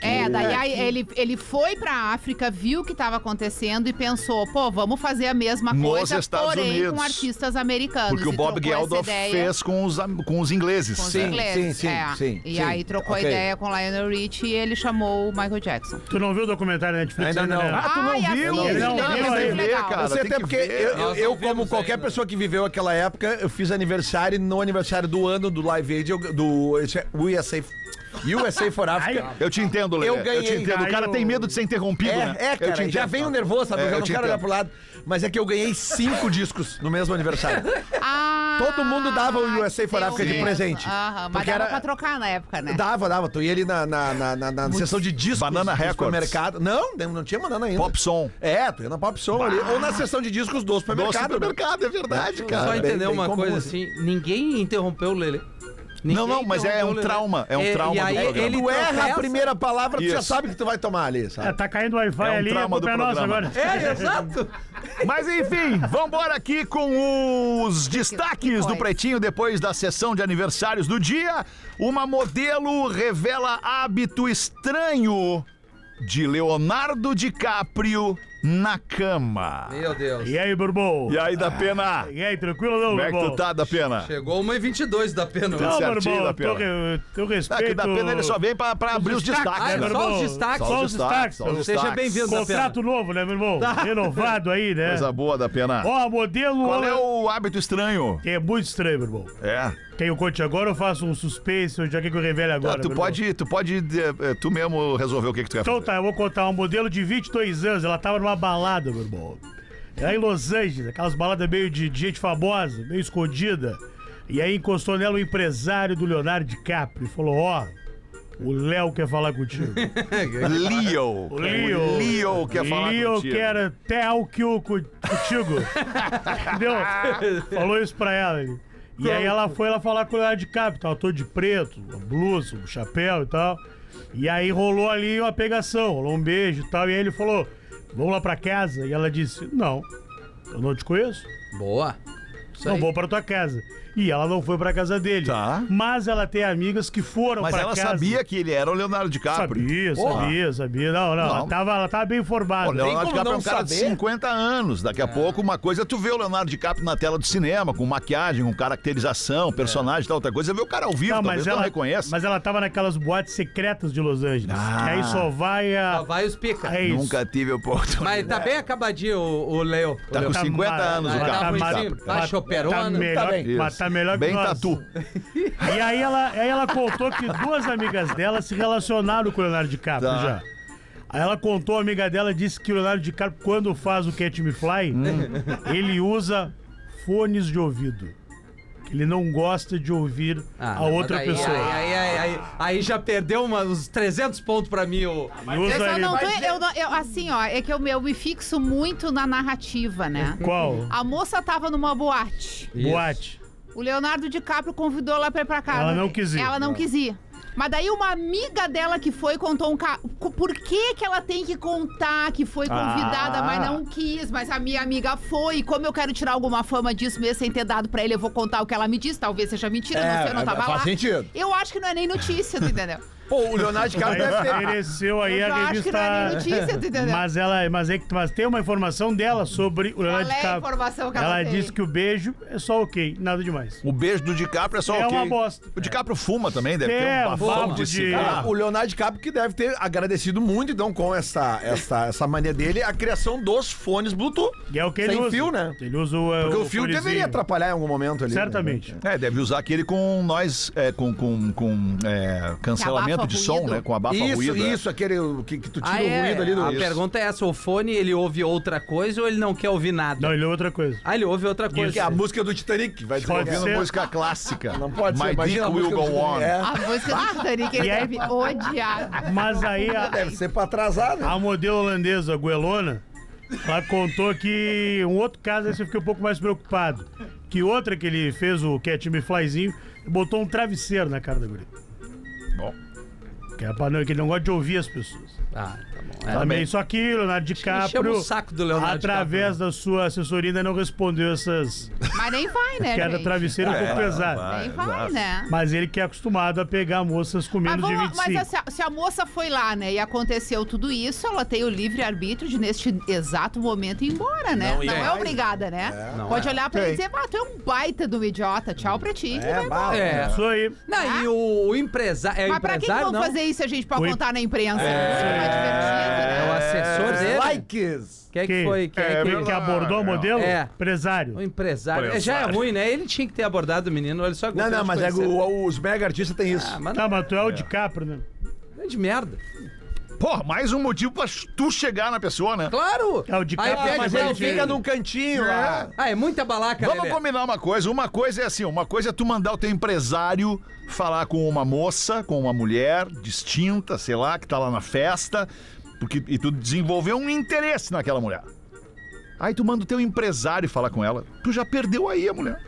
D: É, daí aí ele, ele foi pra África, viu o que tava acontecendo e pensou, pô, vamos fazer a mesma
E: Nos
D: coisa,
E: Estados
D: porém
E: Unidos.
D: com artistas americanos.
E: Porque
D: E
E: o Bob
D: trocou essa
E: Geldof
D: ideia
E: fez com os, am- com os ingleses.
D: Com os
G: Sim,
D: ingleses,
G: sim, sim,
D: é.
G: sim,
D: E
G: sim.
D: aí trocou a
G: Ok.
D: ideia com o Lionel Rich e ele chamou o Michael Jackson.
B: Tu não viu o documentário da Netflix
G: Ainda não.
B: né?
E: Ah, tu não
D: Ai,
E: viu?
D: assiste,
B: Ele não
D: deve
B: viu
D: ser
B: ainda.
D: legal.
E: Eu sei
G: Eu sei
E: tem
G: até
E: que
G: porque
E: ver.
G: eu,
F: Nós
G: eu,
F: não
G: como
F: vimos
G: qualquer
F: ainda.
G: pessoa que viveu aquela época, eu fiz aniversário e no aniversário do ano do Live Aid, eu- do esse é USA, USA for Africa.
E: Eu te entendo, Lelê.
G: Eu ganhei.
E: te entendo. O cara
B: Caiu.
E: tem medo de ser interrompido, né?
G: É, é,
E: eu te
G: cara, já
E: entendo.
G: veio nervoso, sabe?
E: É,
G: eu já
E: eu
G: não
E: te
G: quero olhar
E: entendo.
G: pro lado. Mas é que eu ganhei cinco discos no mesmo aniversário.
D: Ah,
G: Todo mundo dava o USA for
D: Deus
G: Africa de
D: mesmo.
G: presente.
D: Aham, mas
G: Porque
D: dava
G: era-
D: pra trocar na época, né?
G: Dava, dava. Tu ia ali na, na, na, na- na sessão de discos
E: Banana
G: do
E: Records.
G: supermercado. Não, não tinha banana ainda.
E: Pop Som.
G: É, tu ia na Pop Som ali. Ou na sessão de discos do
E: Do
G: supermercado. né?
E: supermercado, é verdade, cara.
F: Só
G: bem-
F: entender
G: bem
F: uma
G: comum,
F: coisa
G: assim.
F: assim, ninguém interrompeu o Lelê. Ninguém
E: não, mas é
F: interrompeu
E: um
F: o Lelê.
E: trauma, é um trauma
F: e
E: do
F: aí
E: programa.
F: ele
G: Tu erra
F: tropeça-
G: a primeira palavra, tu já
E: Isso.
G: sabe que tu vai tomar ali, sabe?
B: É, tá caindo o Wi-Fi
E: É um
B: ali, a
E: trauma
B: culpa
E: do
B: é nossa
E: programa.
B: agora.
F: É, exato.
E: Mas enfim, vambora aqui com os destaques do
D: coisa.
E: Pretinho depois da sessão de aniversários do dia. Uma modelo revela hábito estranho de Leonardo DiCaprio na cama.
F: Meu Deus.
B: E aí, Burbon?
E: É. E aí, da pena?
B: E aí, tranquilo não,
E: Como é que tu
B: Burbon?
E: tá, da pena?
F: Chegou uma e 22 da pena. né?
E: Tá
B: Não,
E: certinho,
B: Burbon,
E: da
B: teu,
E: pena.
B: re- teu
E: Ah, que
B: respeito...
E: da pena ele só vem pra, pra abrir os destaques,
F: Ah, é
E: né?
F: só
B: Burbon?
F: os destaques.
B: Só os destaques. um
E: só os
F: Seja
E: destaques. Tá.
F: bem-vindo, da pena.
B: Contrato novo, né, meu irmão? Renovado aí, né?
E: Coisa boa, da pena.
B: Ó, modelo...
E: Qual é o hábito estranho?
B: É muito estranho, meu irmão.
E: É.
B: Quem eu conte agora, eu faço um suspense, eu já que eu revelo agora.
E: Ah, tu
B: meu irmão.
E: pode, tu pode, eh, eh, tu mesmo resolver o que, que tu quer
B: Então
E: fazer.
B: tá, eu vou contar um modelo de 22 anos. Ela tava numa balada, meu irmão. Lá em Los Angeles, aquelas baladas meio de de gente famosa, meio escondida. E aí encostou nela o empresário do Leonardo DiCaprio e falou: Ó, o Léo quer falar contigo.
E: Leo.
B: O Leo.
E: O Leo quer falar
B: Leo
E: contigo.
B: quer até o que o co- contigo. Entendeu? Falou isso pra ela. ele. E aí ela foi lá falar com o Leonardo DiCaprio, tava todo de preto, uma blusa, um chapéu e tal. E aí rolou ali uma pegação, rolou um beijo e tal. E aí ele falou, vamos lá pra casa? E ela disse, não, eu não te conheço.
F: Boa. Isso
B: Não
F: Tá aí.
B: vou pra tua casa. E ela não foi pra casa dele.
E: Tá.
B: Mas ela tem amigas que foram
E: Mas
B: pra
E: ela
B: casa.
E: sabia que ele era o Leonardo DiCaprio.
B: Sabia,
E: Porra.
B: sabia, sabia. Não, não, Ela,
E: Não.
B: tava, ela tava bem informada.
E: O Leonardo
G: como
E: DiCaprio é um
G: não
E: cara de
G: saber. É.
E: 50 anos. Daqui a pouco, uma coisa, tu vê o Leonardo DiCaprio na tela do cinema, com maquiagem, com
G: É.
E: caracterização, personagem e tal, outra coisa. Você vê o cara ao vivo,
B: Não,
E: talvez
B: mas
E: tu
B: ela,
E: não reconheça.
B: mas ela tava naquelas boates secretas de Los Angeles.
E: Ah.
B: E aí só vai a.
F: Só vai os pica.
B: É isso.
E: Nunca tive oportunidade.
F: Mas tá bem acabadinho o, o Leo. O
E: Tá
F: Leo.
E: com 50
B: mara-
E: anos o
F: tá
E: cara.
F: bonitinho.
E: DiCaprio.
F: Tá choperona,
B: tá
F: tá
B: melhor,
G: bem.
B: mas tá melhor que
E: Bem
B: nós.
E: tatu.
B: E aí ela, aí ela contou que duas amigas dela se relacionaram com o Leonardo DiCaprio
E: Tá.
B: já. Aí ela contou, a amiga dela disse que o Leonardo DiCaprio, quando faz o Catch Me Fly,
E: Hum.
B: ele usa fones de ouvido. Que ele não gosta de ouvir
F: Ah,
B: a
F: não,
B: outra
F: mas aí-
B: pessoa.
F: Aí, aí, aí, aí já perdeu uma- uns 300 pontos pra mim. O...
B: Ele usa
D: Eu só
B: ele-
D: não tô, eu não- eu- assim, ó, é que eu, eu me fixo muito na narrativa, né?
B: Qual?
D: A moça tava numa boate.
B: Boate.
D: O Leonardo DiCaprio convidou ela pra ir pra casa.
B: Ela não quis ir.
D: Ela não quis ir. Mas daí uma amiga dela que foi contou um ca... co- Por que que ela tem que contar que foi convidada,
E: Ah.
D: mas não quis? Mas a minha amiga foi. E como eu quero tirar alguma fama disso mesmo sem ter dado pra ele, eu vou contar o que ela me disse. Talvez seja mentira, não sei, eu não tava
G: É, faz
D: lá.
G: sentido.
D: Eu acho que não é nem notícia, tu entendeu?
G: Pô, o Leonardo DiCaprio deve
B: Aí
G: ter.
B: apareceu aí
D: Eu
B: a
D: acho que não é nem
B: revista.
D: notícia, tu entendeu?
B: Mas ela, mas é que mas tem uma informação dela sobre o
D: Qual
B: Leonardo
D: é a
B: DiCaprio.
D: informação que ela,
B: Ela
D: tem?
B: disse que o beijo é só ok, nada demais.
E: O beijo do DiCaprio é só
B: É
E: ok.
B: uma bosta.
E: O DiCaprio fuma também, deve
B: É,
E: ter um bafão
B: bafo
E: de
B: de-
G: Ah,
E: cigarro.
G: o Leonardo DiCaprio que deve ter agradecido muito, então, com essa, essa, essa mania dele, a criação dos fones Bluetooth.
B: E é o que ele
G: Sem
B: usa.
G: fio, né?
B: Ele usa o. é,
G: Porque o fio
B: fonezinho.
G: deveria atrapalhar em algum momento ali. né?
B: Certamente.
E: É, deve usar aquele com nós, é, com, com, com é, cancelamento
D: abafa
E: de som,
D: ruído.
E: né? Com abafa
G: Isso,
E: ruído. é.
G: isso, aquele que, que tu tira
F: Ah,
G: o
F: é?
G: ruído ali do.
F: A pergunta é essa: o fone ele ouve outra coisa ou ele não quer ouvir nada?
B: Não, ele é outra coisa.
F: Ah, ele ouve outra coisa.
G: Que é a música do Titanic, vai
B: Pode
G: desenvolvendo.
B: ser.
E: Ouvindo música clássica.
G: Não pode
E: My
G: ser,
E: Dick
G: imagina a
E: Will
G: música
E: Go
G: do
E: On.
G: Titanic. É.
D: A música do Titanic ele
B: E aí-
D: deve odiar.
B: Mas aí a,
G: É, Deve ser pra atrasar, né?
B: a modelo holandesa, a Guelona, ela contou que um outro caso, esse eu fiquei um pouco mais preocupado. Que outra que ele fez o Cat Me Flyzinho, botou um travesseiro na cara da guria.
E: Bom.
B: Que é pra não, que ele não gosta de ouvir as pessoas.
F: Ah, tá bom. É.
B: Também, só que Leonardo
F: Encheu
B: DiCaprio,
F: o saco do Leonardo
B: através da sua assessoria, ainda não respondeu essas
D: Mas nem vai, né,
B: queda
D: gente?
B: travesseira um
F: É,
B: pouco pesada.
D: Nem
G: Ah,
D: vai, né?
B: Mas ele que é acostumado a pegar moças com
D: Mas,
B: menos de
D: vamos,
B: 25.
D: mas se, a, se a moça foi lá, né, e aconteceu tudo isso, ela tem o livre-arbítrio de, neste exato momento, ir embora, né? Não,
F: e
D: é
F: mais-
D: obrigada, né?
F: Não
D: Pode
F: é.
D: olhar pra ele e dizer, ah, tu é um baita do idiota, tau pra ti. e vai embora."
G: bah,
F: É.
B: Isso aí.
F: Não, e o, o empresário. É o
D: Tá? Mas pra que que
F: empresário,
D: vão
F: não?
D: fazer isso, a gente pode
B: Oi.
D: contar na imprensa? Muito mais divertido,
F: É
D: né?
F: o assessor dele?
G: Likes!
F: Quem é que
B: Quem?
F: foi? Quem é,
E: É,
F: que...
B: Ele que abordou o modelo?
F: É.
B: Empresário.
F: O empresário. É, já é ruim, né? Ele tinha que ter abordado o menino. Olha só
G: Não, não, mas é,
F: que o.
G: o- os mega artistas têm isso.
F: Ah, mas
B: Tá,
F: não,
B: mas tu é o DiCaprio, né?
F: é de merda.
E: Porra, mais um motivo pra tu chegar na pessoa, né?
F: Claro!
B: É o de
F: Aí
B: capa,
F: pega
G: mas
F: pra
G: ele
F: alguém.
G: fica num cantinho lá.
F: Ah, é muita balaca,
E: Vamos
F: Lelê.
E: combinar uma coisa. Uma coisa é assim, uma coisa é tu mandar o teu empresário falar com uma moça, com uma mulher distinta, sei lá, que tá lá na festa, porque e tu desenvolveu um interesse naquela mulher. Aí tu manda o teu empresário falar com ela. Tu já perdeu aí a mulher.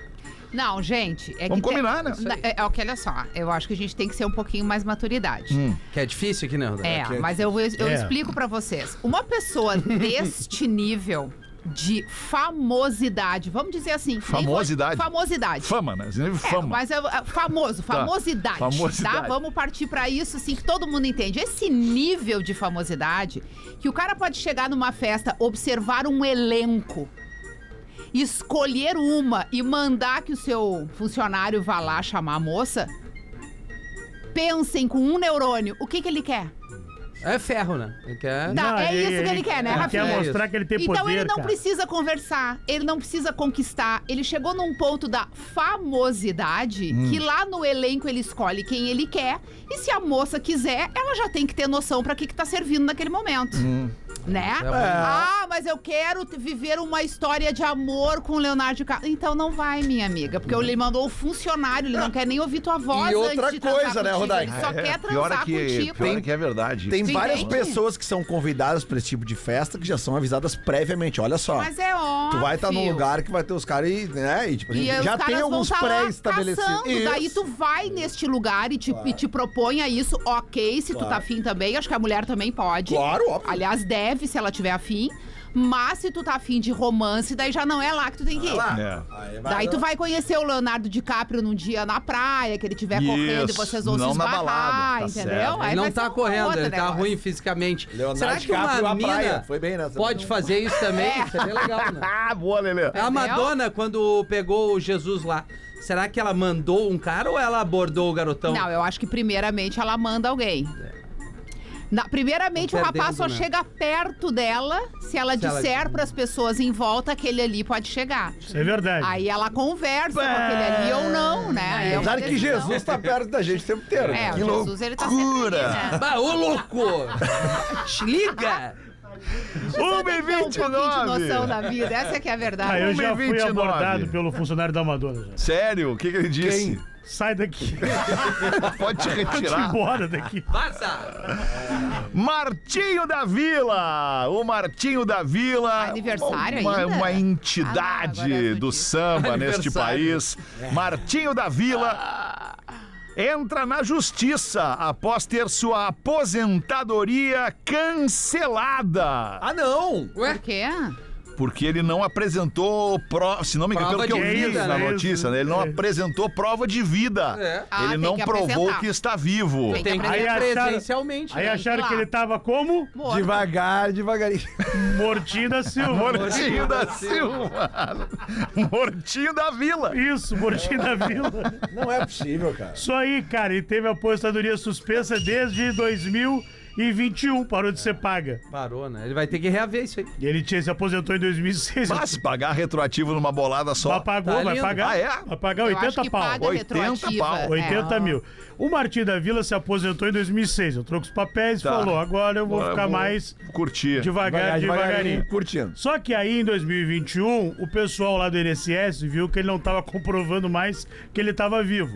D: Não, gente... É
E: Vamos
D: que tem-
E: combinar, né?
D: Na- É, é o que, olha só, eu acho que a gente tem que ser um pouquinho mais maturidade.
F: Que é difícil aqui, né? Rodaica?
D: É,
F: Que
D: mas eu, vou- eu
B: É.
D: explico pra vocês. Uma pessoa deste nível de famosidade, vamos dizer assim. nem vou-
E: Famosidade.
D: Famosidade.
E: Fama, né? Você
D: É,
E: Fama.
D: mas é, é famoso, famosidade, tá?
E: Famosidade.
D: Vamos partir pra isso, assim, que todo mundo entende. Esse nível de famosidade, que o cara pode chegar numa festa, observar um elenco, escolher uma e mandar que o seu funcionário vá lá chamar a moça. Pensem com um neurônio, o que que ele quer?
F: É ferro, né? Ele quer-
D: Tá, é isso que ele quer, né,
B: Ele
D: Rafinha?
B: quer
F: É
B: mostrar
F: isso.
B: que ele tem
D: então
B: poder,
D: ele não
B: cara.
D: precisa conversar, ele não precisa conquistar. Ele chegou num ponto da famosidade
E: Hum.
D: que lá no elenco ele escolhe quem ele quer. E se a moça quiser, ela já tem que ter noção pra que, que tá servindo naquele momento.
E: Hum.
D: Né?
F: É.
D: Ah, mas eu quero te- viver uma história de amor com o Leonardo DiCaprio. Então não vai, minha amiga,
E: Hum.
D: porque ele mandou o funcionário, ele não quer nem ouvir tua voz
G: E outra
D: antes de transar
G: coisa, né,
D: contigo,
G: Rodaica?
D: Ele só quer
E: pior é
D: transar
E: que,
D: contigo.
E: pior é que é verdade.
G: Tipo, Tem
D: Tu
G: várias
D: entende?
G: pessoas que são convidadas pra esse tipo de festa que já são avisadas previamente. Olha só.
D: Mas é óbvio.
G: Tu vai estar num lugar que vai ter os caras e, né, e, tipo,
D: E aí os
G: já tem
D: caras vão
G: alguns
D: tá lá
G: pré-estabelecidos.
D: caçando, Daí
G: Isso.
D: tu vai neste lugar e te, e te propõe a isso, ok, se tu tá afim também. Acho que a mulher também pode.
G: Claro, óbvio.
D: Aliás, deve, se ela tiver afim. Mas se tu tá afim de romance, daí já não é lá que tu tem que ir.
E: É.
D: Daí
G: né?
D: tu vai conhecer o Leonardo DiCaprio num dia na praia, que ele tiver
E: Isso,
D: correndo e vocês vão
E: não
D: se
E: na
D: esbarrar,
E: balada, tá
D: entendeu?
E: certo.
D: Aí
F: Ele não
D: vai ser
F: tá
D: um
F: correndo,
D: outro
F: ele tá
D: negócio.
F: ruim fisicamente.
G: Leonardo
F: Será que
G: DiCaprio
F: uma
G: à praia.
F: mina
G: Foi bem nessa.
F: pode fazer isso também?
D: É.
F: Seria legal, né?
E: Ah, boa, Lelê.
F: A Madonna, quando pegou o Jesus lá, será que ela mandou um cara ou ela abordou o
B: Então-
F: garotão?
D: Não, eu acho que primeiramente ela manda alguém. Na- primeiramente,
B: Tá
F: Tô
D: o rapaz
F: perdendo,
D: só
F: né?
D: chega perto dela se ela
F: Se ela-
D: disser pras pessoas em volta que ele ali pode chegar.
B: Isso é verdade.
D: Aí ela conversa com aquele ali ou não, né? Aí é uma
G: Apesar que
D: decisão.
G: Jesus tá perto da gente o tempo inteiro.
D: É,
G: né?
D: o Jesus, ele tá sempre ali, né?
F: Bah, ô louco! Te liga!
D: Tem um pouquinho de
E: 1h29.
D: noção da vida, essa é que é a verdade.
B: Ah, eu já fui
E: 1,29.
B: abordado pelo funcionário da Madonna. já.
E: Sério? O que, que ele disse?
B: Sai daqui.
E: Pode te
B: Vai
E: retirar.
B: embora daqui.
F: Passa!
E: Martinho da Vila! O Martinho da Vila.
D: Aniversário
E: uma,
D: ainda?
E: Uma
D: Ah, agora é
E: entidade
D: notícia.
E: do samba neste
F: Aniversário.
E: país. Martinho da Vila. Entra na justiça após ter sua aposentadoria cancelada.
G: Ah, não!
D: Por quê?
E: porque ele não apresentou, pro... se não me engano,
F: Prova
E: pelo que eu
F: de
E: vi
F: vida,
E: na
B: né?
E: notícia, né? ele não apresentou prova de vida.
F: É.
E: Ele
D: Ah, tem
E: não
D: que
E: provou
D: apresentar.
E: que está vivo.
D: Tem que
F: Tem que
B: Aí
F: ir
B: acharam-
F: presencialmente.
B: Aí
F: né?
B: acharam
D: Lá.
B: que ele tava como?
D: Morto.
G: Devagar, devagarinho.
B: Mortinho da Silva.
E: Mortinho da Silva. Mortinho da Vila.
B: Isso, Mortinho da Vila.
G: Não é possível, cara.
B: Isso aí, cara, e teve a aposentadoria suspensa desde 2021, parou de ser paga.
F: Parou, né? Ele vai ter que reaver isso aí.
B: E ele tinha, se aposentou em 2006.
E: Mas pagar retroativo numa bolada só.
B: Mas pagou,
F: Tá
B: vai
F: lindo.
B: pagar.
E: Ah, é?
B: Vai pagar
D: Eu acho
B: 80
D: que
B: pau.
D: paga
E: 80
D: retroativa.
E: pau.
D: é.
B: 80 mil. O Martim da Vila se aposentou em 2006. Eu trouxe os papéis e
E: Tá.
B: falou: agora eu vou
E: Eu
B: ficar
E: vou
B: mais
E: Curtir.
B: devagar, devagarinho.
G: Curtindo.
B: Só que aí em 2021, o pessoal lá do INSS viu que ele não estava comprovando mais que ele estava vivo.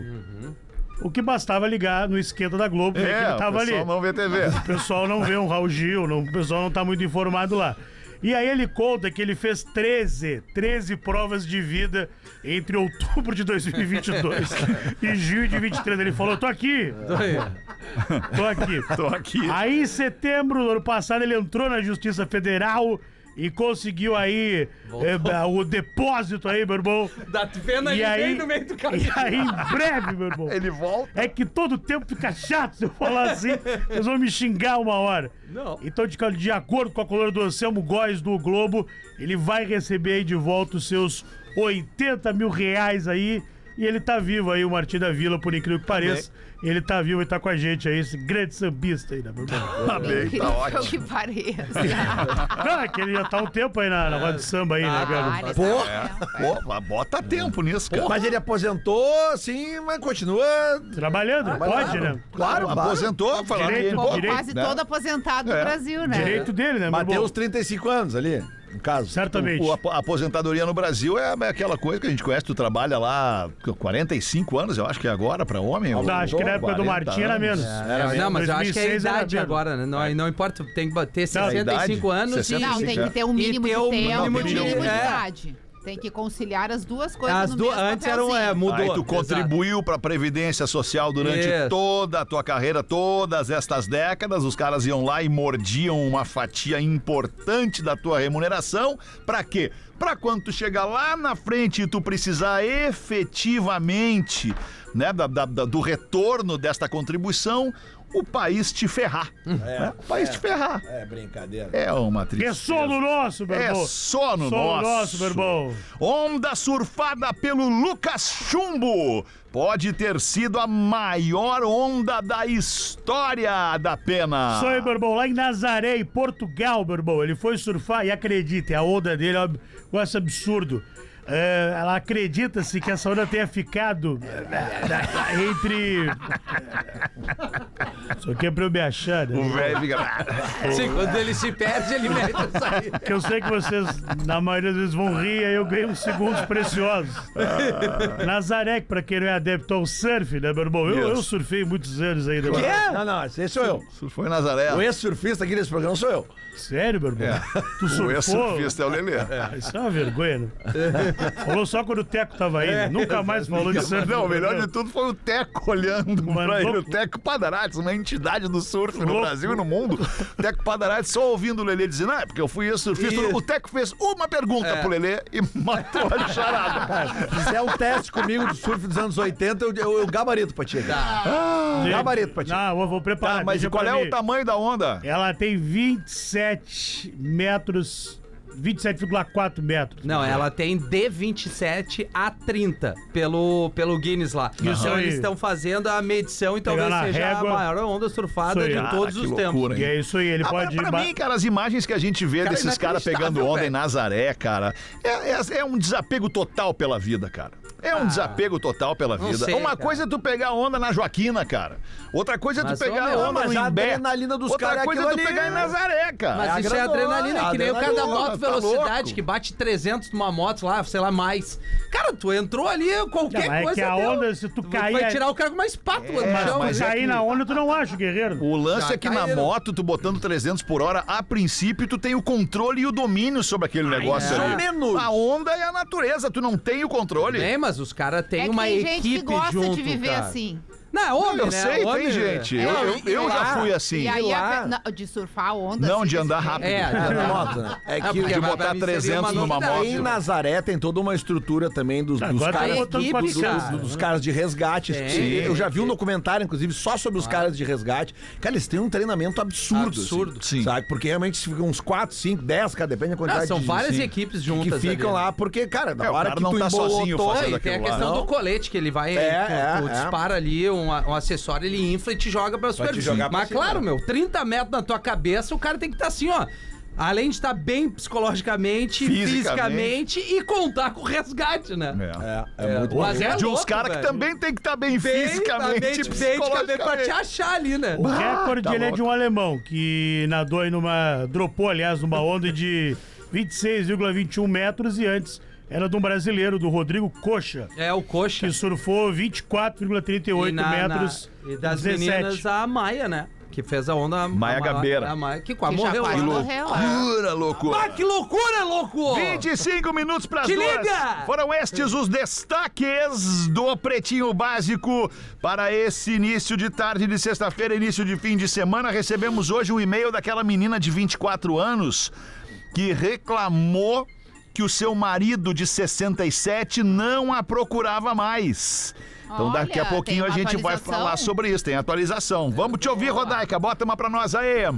B: O que bastava ligar no esquenta da Globo, ver que ele
E: Uhum. É, o
B: estava ali.
E: pessoal não vê TV.
B: O pessoal não vê um Raul Gil, não- o pessoal não tá muito informado lá. E aí ele conta que ele fez 13, 13 provas de vida entre outubro de 2022 e julho de 23. Ele falou, tô aqui, tô aqui.
E: Tô aqui.
B: Aí em setembro do ano passado ele entrou na Justiça Federal e conseguiu aí eh, o depósito aí, meu irmão.
F: Da pena
B: E
F: ele
B: aí,
F: vem no meio do
B: e
F: caminho.
B: aí em breve, meu irmão.
E: Ele volta.
B: É que todo tempo fica chato se eu falar assim. Vocês vão me xingar uma hora.
F: Não.
B: Então, de, de acordo com a coluna do Anselmo Góes do Globo, ele vai receber aí de volta os seus 80 mil reais aí. E ele tá vivo aí, o Martim da Vila, por incrível que pareça. Ele tá vivo e tá com a gente aí, esse grande sambista aí, né, meu irmão?
E: Tá bem,
D: É, Incrível
E: tá ótimo.
D: que pareça.
B: Não, é que ele já tá há um tempo aí na, na roda de samba aí, né,
D: Ah,
B: cara?
D: ele tá-
E: Pô, mas bota tempo nisso, cara.
G: Mas ele aposentou, sim, mas continua.
B: Trabalhando, pode, né?
G: Claro, claro.
E: Aposentou, falaram que
B: Direito,
E: ele
D: Pô,
B: direito.
D: quase
E: né?
D: todo aposentado
E: É.
D: do Brasil, né?
B: Direito dele, né, meu
G: Bateu
B: irmão?
G: os 35 anos ali, no caso.
B: Certamente.
E: tá O- o apo- a aposentadoria no Brasil é aquela coisa que a gente conhece, tu trabalha lá 45 anos, eu acho que é agora, pra homem. ou-
B: Tá, acho que na época do
E: 40
B: Martim era
E: anos. É,
B: menos.
F: não, mas eu acho que é
B: 2006
F: a
B: era
F: idade
B: menos.
F: agora, né? Não, não importa, tem que ter
B: Não, a
F: 65 anos e.
D: Não, tem que ter um
F: E
D: mínimo
F: ter
D: de
F: o
D: tempo e um
F: mínimo
E: de-
D: mínimo de
F: é.
D: idade. Tem que conciliar as duas coisas
F: As
D: no assim.
F: duas,
D: mesmo
F: antes eram, é,
D: papelzinho.
F: mudou.
E: Aí tu
F: Exato.
E: contribuiu pra Previdência Social durante
F: Isso.
E: toda a tua carreira, todas estas décadas. Os caras iam lá e mordiam uma fatia importante da tua remuneração. Pra quê? Pra quando tu chegar lá na frente e tu precisar efetivamente né, da- da- da- do retorno desta contribuição, o país te ferrar.
F: Hum.
E: né? O país te ferrar.
G: É brincadeira.
E: É uma
B: É
E: tristeza.
B: só no nosso, meu
E: É
B: irmão.
E: só no
B: Só no
E: nosso.
B: nosso, meu irmão.
E: Onda surfada pelo Lucas Chumbo. Pode ter sido a maior onda da história da pena.
B: Isso aí, meu irmão, lá em Nazaré, em Portugal, meu irmão. Ele foi surfar e acreditem, a onda dele, ó, com esse absurdo. É, ela acredita-se que essa onda tenha ficado é, entre. Isso aqui é pra eu me achar,
E: O
B: né?
E: velho fica. "Ah,
F: Sim, quando ele se perde, ele mete essa aí.
B: Porque eu sei que vocês, na maioria das vezes, vão rir aí eu ganho uns segundos preciosos. Nazaré, que pra quem não é adepto ao surf, né, meu irmão? Eu, eu
E: Ah. Isso.
B: surfei muitos anos ainda. meu irmão.
G: Não, não, esse sou eu.
E: Foi Nazaré.
G: O ex-surfista aqui nesse programa sou eu.
B: Sério, meu irmão? Tu
E: É. O
B: surfou?
E: ex-surfista é o Lelê.
B: Ah, Isso é uma vergonha, né? Falou só quando o Teco tava aí, né? Nunca mais falou de surf.
E: É. Não, o melhor de
B: entendeu?
E: tudo foi o Teco olhando
B: Mano,
E: pra ele. O
B: louco.
E: Teco Padarati, uma entidade do surf no
B: Louco.
E: Brasil e no mundo. O Teco Padarati só ouvindo o Lelê dizendo, ah, é porque eu fui surfista.
F: Isso.
E: O Teco fez uma pergunta
B: É.
E: pro Lelê e matou a charada.
G: Fizer um teste comigo do surf dos anos 80, eu, eu, eu gabarito pra ti. Tá. Gabarito pra ti.
B: Não, eu vou preparar.
E: Ah, mas
B: deixa
E: e qual
B: pra
E: é
B: mim.
E: o tamanho da onda?
B: Ela tem 27 metros... 27,4 metros.
F: Não, é ela tem de 27 a 30 pelo, pelo Guinness lá.
B: Isso
F: Então
B: aí.
F: eles estão fazendo a medição e talvez
B: Pegar na
F: seja
B: régua.
F: a maior onda
B: Isso
F: surfada
B: aí. Ah,
F: de
B: Cara,
F: todos
E: que
F: os tempos.
E: loucura, hein?
B: E é isso aí, ele
E: Ah,
B: pode...
E: pra
B: ba-
E: mim, cara, as imagens que a gente vê
F: Cara,
E: desses caras
F: inacreditável,
E: pegando onda
F: velho.
E: em Nazaré, cara, é, é- é um desapego total pela vida, cara. É um desapego total pela
F: não
E: vida.
F: sei,
E: Uma
F: cara.
E: coisa é tu pegar onda na Joaquina, cara. Outra coisa é tu
F: Mas, ô,
E: pegar
F: meu,
E: onda no
G: mas a
E: Imbé.
G: adrenalina dos
E: Outra
G: caras é
E: coisa é tu
G: aquilo ali,
E: pegar em
G: né?
E: Nazaré, cara.
F: Mas
G: É
F: isso é
G: grandona,
F: adrenalina, que nem o cara da
G: adrenalina,
F: moto
E: tá
F: velocidade,
E: louco.
F: que bate 300 numa moto lá, sei lá, mais. Cara, tu entrou ali, qualquer
B: Não, mas é
F: coisa.
B: que a
F: deu.
B: onda, se tu cair- é-
F: Vai tirar o cara com uma espátula do
B: Mas,
F: chão.
B: mas
F: né?
B: cair na onda tu não acha, guerreiro.
E: O lance
F: Já
E: é que na
F: caíram.
E: moto, tu botando 300 por hora, a princípio, tu tem o controle e o domínio sobre aquele negócio
G: mais
E: ali.
G: ou é. menos.
E: A onda é a natureza, tu não tem o controle.
F: Tem, mas os caras têm
D: É que
F: uma
D: tem gente
F: equipe
D: que gosta
F: junto,
D: de viver
F: cara.
D: assim. É.
F: Não, é homem,
E: eu
F: né?
E: sei, tem
F: Homem, né?
E: gente. Eu, eu-
F: e
E: eu já
F: lá-
E: fui assim.
D: E aí,
F: lá-
D: a- na- de surfar a onda.
E: Não
D: assim,
E: de andar
D: assim,
E: rápido.
F: É, já
G: Na
F: dá-
G: moto, né? É
F: Ah,
G: que
F: porque
E: de
F: pra-
E: botar
F: pra mim seria
E: 300
F: uma
E: numa
F: novidade.
G: em Nazaré tem toda uma estrutura também dos, dos
B: Agora tá
G: caras.
F: botando
G: dos-
F: pra
G: dos-
F: cara.
G: dos- dos caras de resgate.
F: Tem.
G: Sim, Eu já vi um documentário, inclusive, só sobre os caras de resgate. Cara, eles têm um treinamento absurdo.
F: Absurdo.
G: assim,
E: Sim.
G: Sabe? Porque realmente se fica uns 4, 5, 10, cara, depende da quantidade
F: Ah, são
G: de-
F: várias
G: sim,
F: equipes
G: Que
F: juntas
G: ficam
F: ali, né?
G: lá, porque, cara, da
E: É, o
G: hora
E: cara
G: que
E: não
G: tu
E: tá sozinho
G: embolotou-
E: fazendo
F: Não, e tem a
E: aquilo lá,
F: questão
G: não?
F: do colete que ele vai.
G: É,
F: tu tu
G: é, é.
F: dispara ali um, um acessório, ele infla e te joga pra superfície.
G: jogar pra
F: Mas
G: cima.
F: claro, meu, 30 metros na tua cabeça, o cara tem que estar assim, ó. Além de estar bem psicologicamente, fisicamente,
E: Fisicamente.
F: e contar com o resgate, né?
E: É.
G: É, é, muito
F: Mas é
E: de uns
F: louco,
E: caras que
F: velho.
E: também tem que estar bem,
F: Bem, tá
E: fisicamente,
F: bem, bem,
E: psicologicamente.
F: pra te achar ali, né?
B: O recorde
E: tá
B: ele é de um alemão que nadou aí numa. dropou, aliás, numa onda de 26,21 metros e antes era de um brasileiro, do Rodrigo Coxa,
F: É o coxa.
B: que surfou 24,38
F: E na- na-
B: metros.
F: e das
B: 17.
F: meninas, a Maia, né? Que fez a onda.
E: Maia
F: a maior-
E: Gabeira.
F: a Maia, que quase
D: Que já
F: morreu.
D: quase
F: lá.
D: morreu. é.
E: Loucura, loucura.
F: Ah, que loucura, louco!
E: 25 minutos para as
F: Te
E: duas.
F: liga!
E: Foram estes os destaques do Pretinho Básico para esse início de tarde de sexta-feira, início de fim de semana. Recebemos hoje um e-mail daquela menina de 24 anos que reclamou que o seu marido de 67 não a procurava mais. Então
D: Olha,
E: daqui a pouquinho a
D: tem uma
E: gente vai
D: atualização?
E: falar sobre isso, tem atualização. Vamos te ouvir, Rodaica, bota uma para nós aí.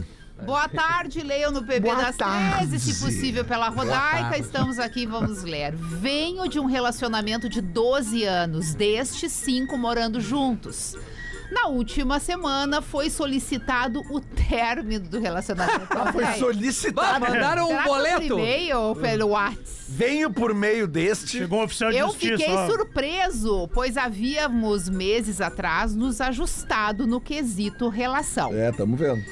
D: Boa tarde, leiam no PB das 13, se possível, pela Rodaica. Estamos aqui, vamos ler. Venho de um relacionamento de 12 anos, destes cinco morando juntos. Na última semana foi solicitado o término do relacionamento.
G: Foi
D: Olha aí.
F: Bah,
G: solicitado.
F: mandaram um
D: Será que
F: boleto.
D: Por e-mail ou pelo WhatsApp?
G: Venho por meio deste.
B: Chegou um oficial de
D: Eu
B: justiça.
D: fiquei
B: ó.
D: surpreso, pois havíamos meses atrás nos ajustado no quesito relação.
G: É, tamo vendo.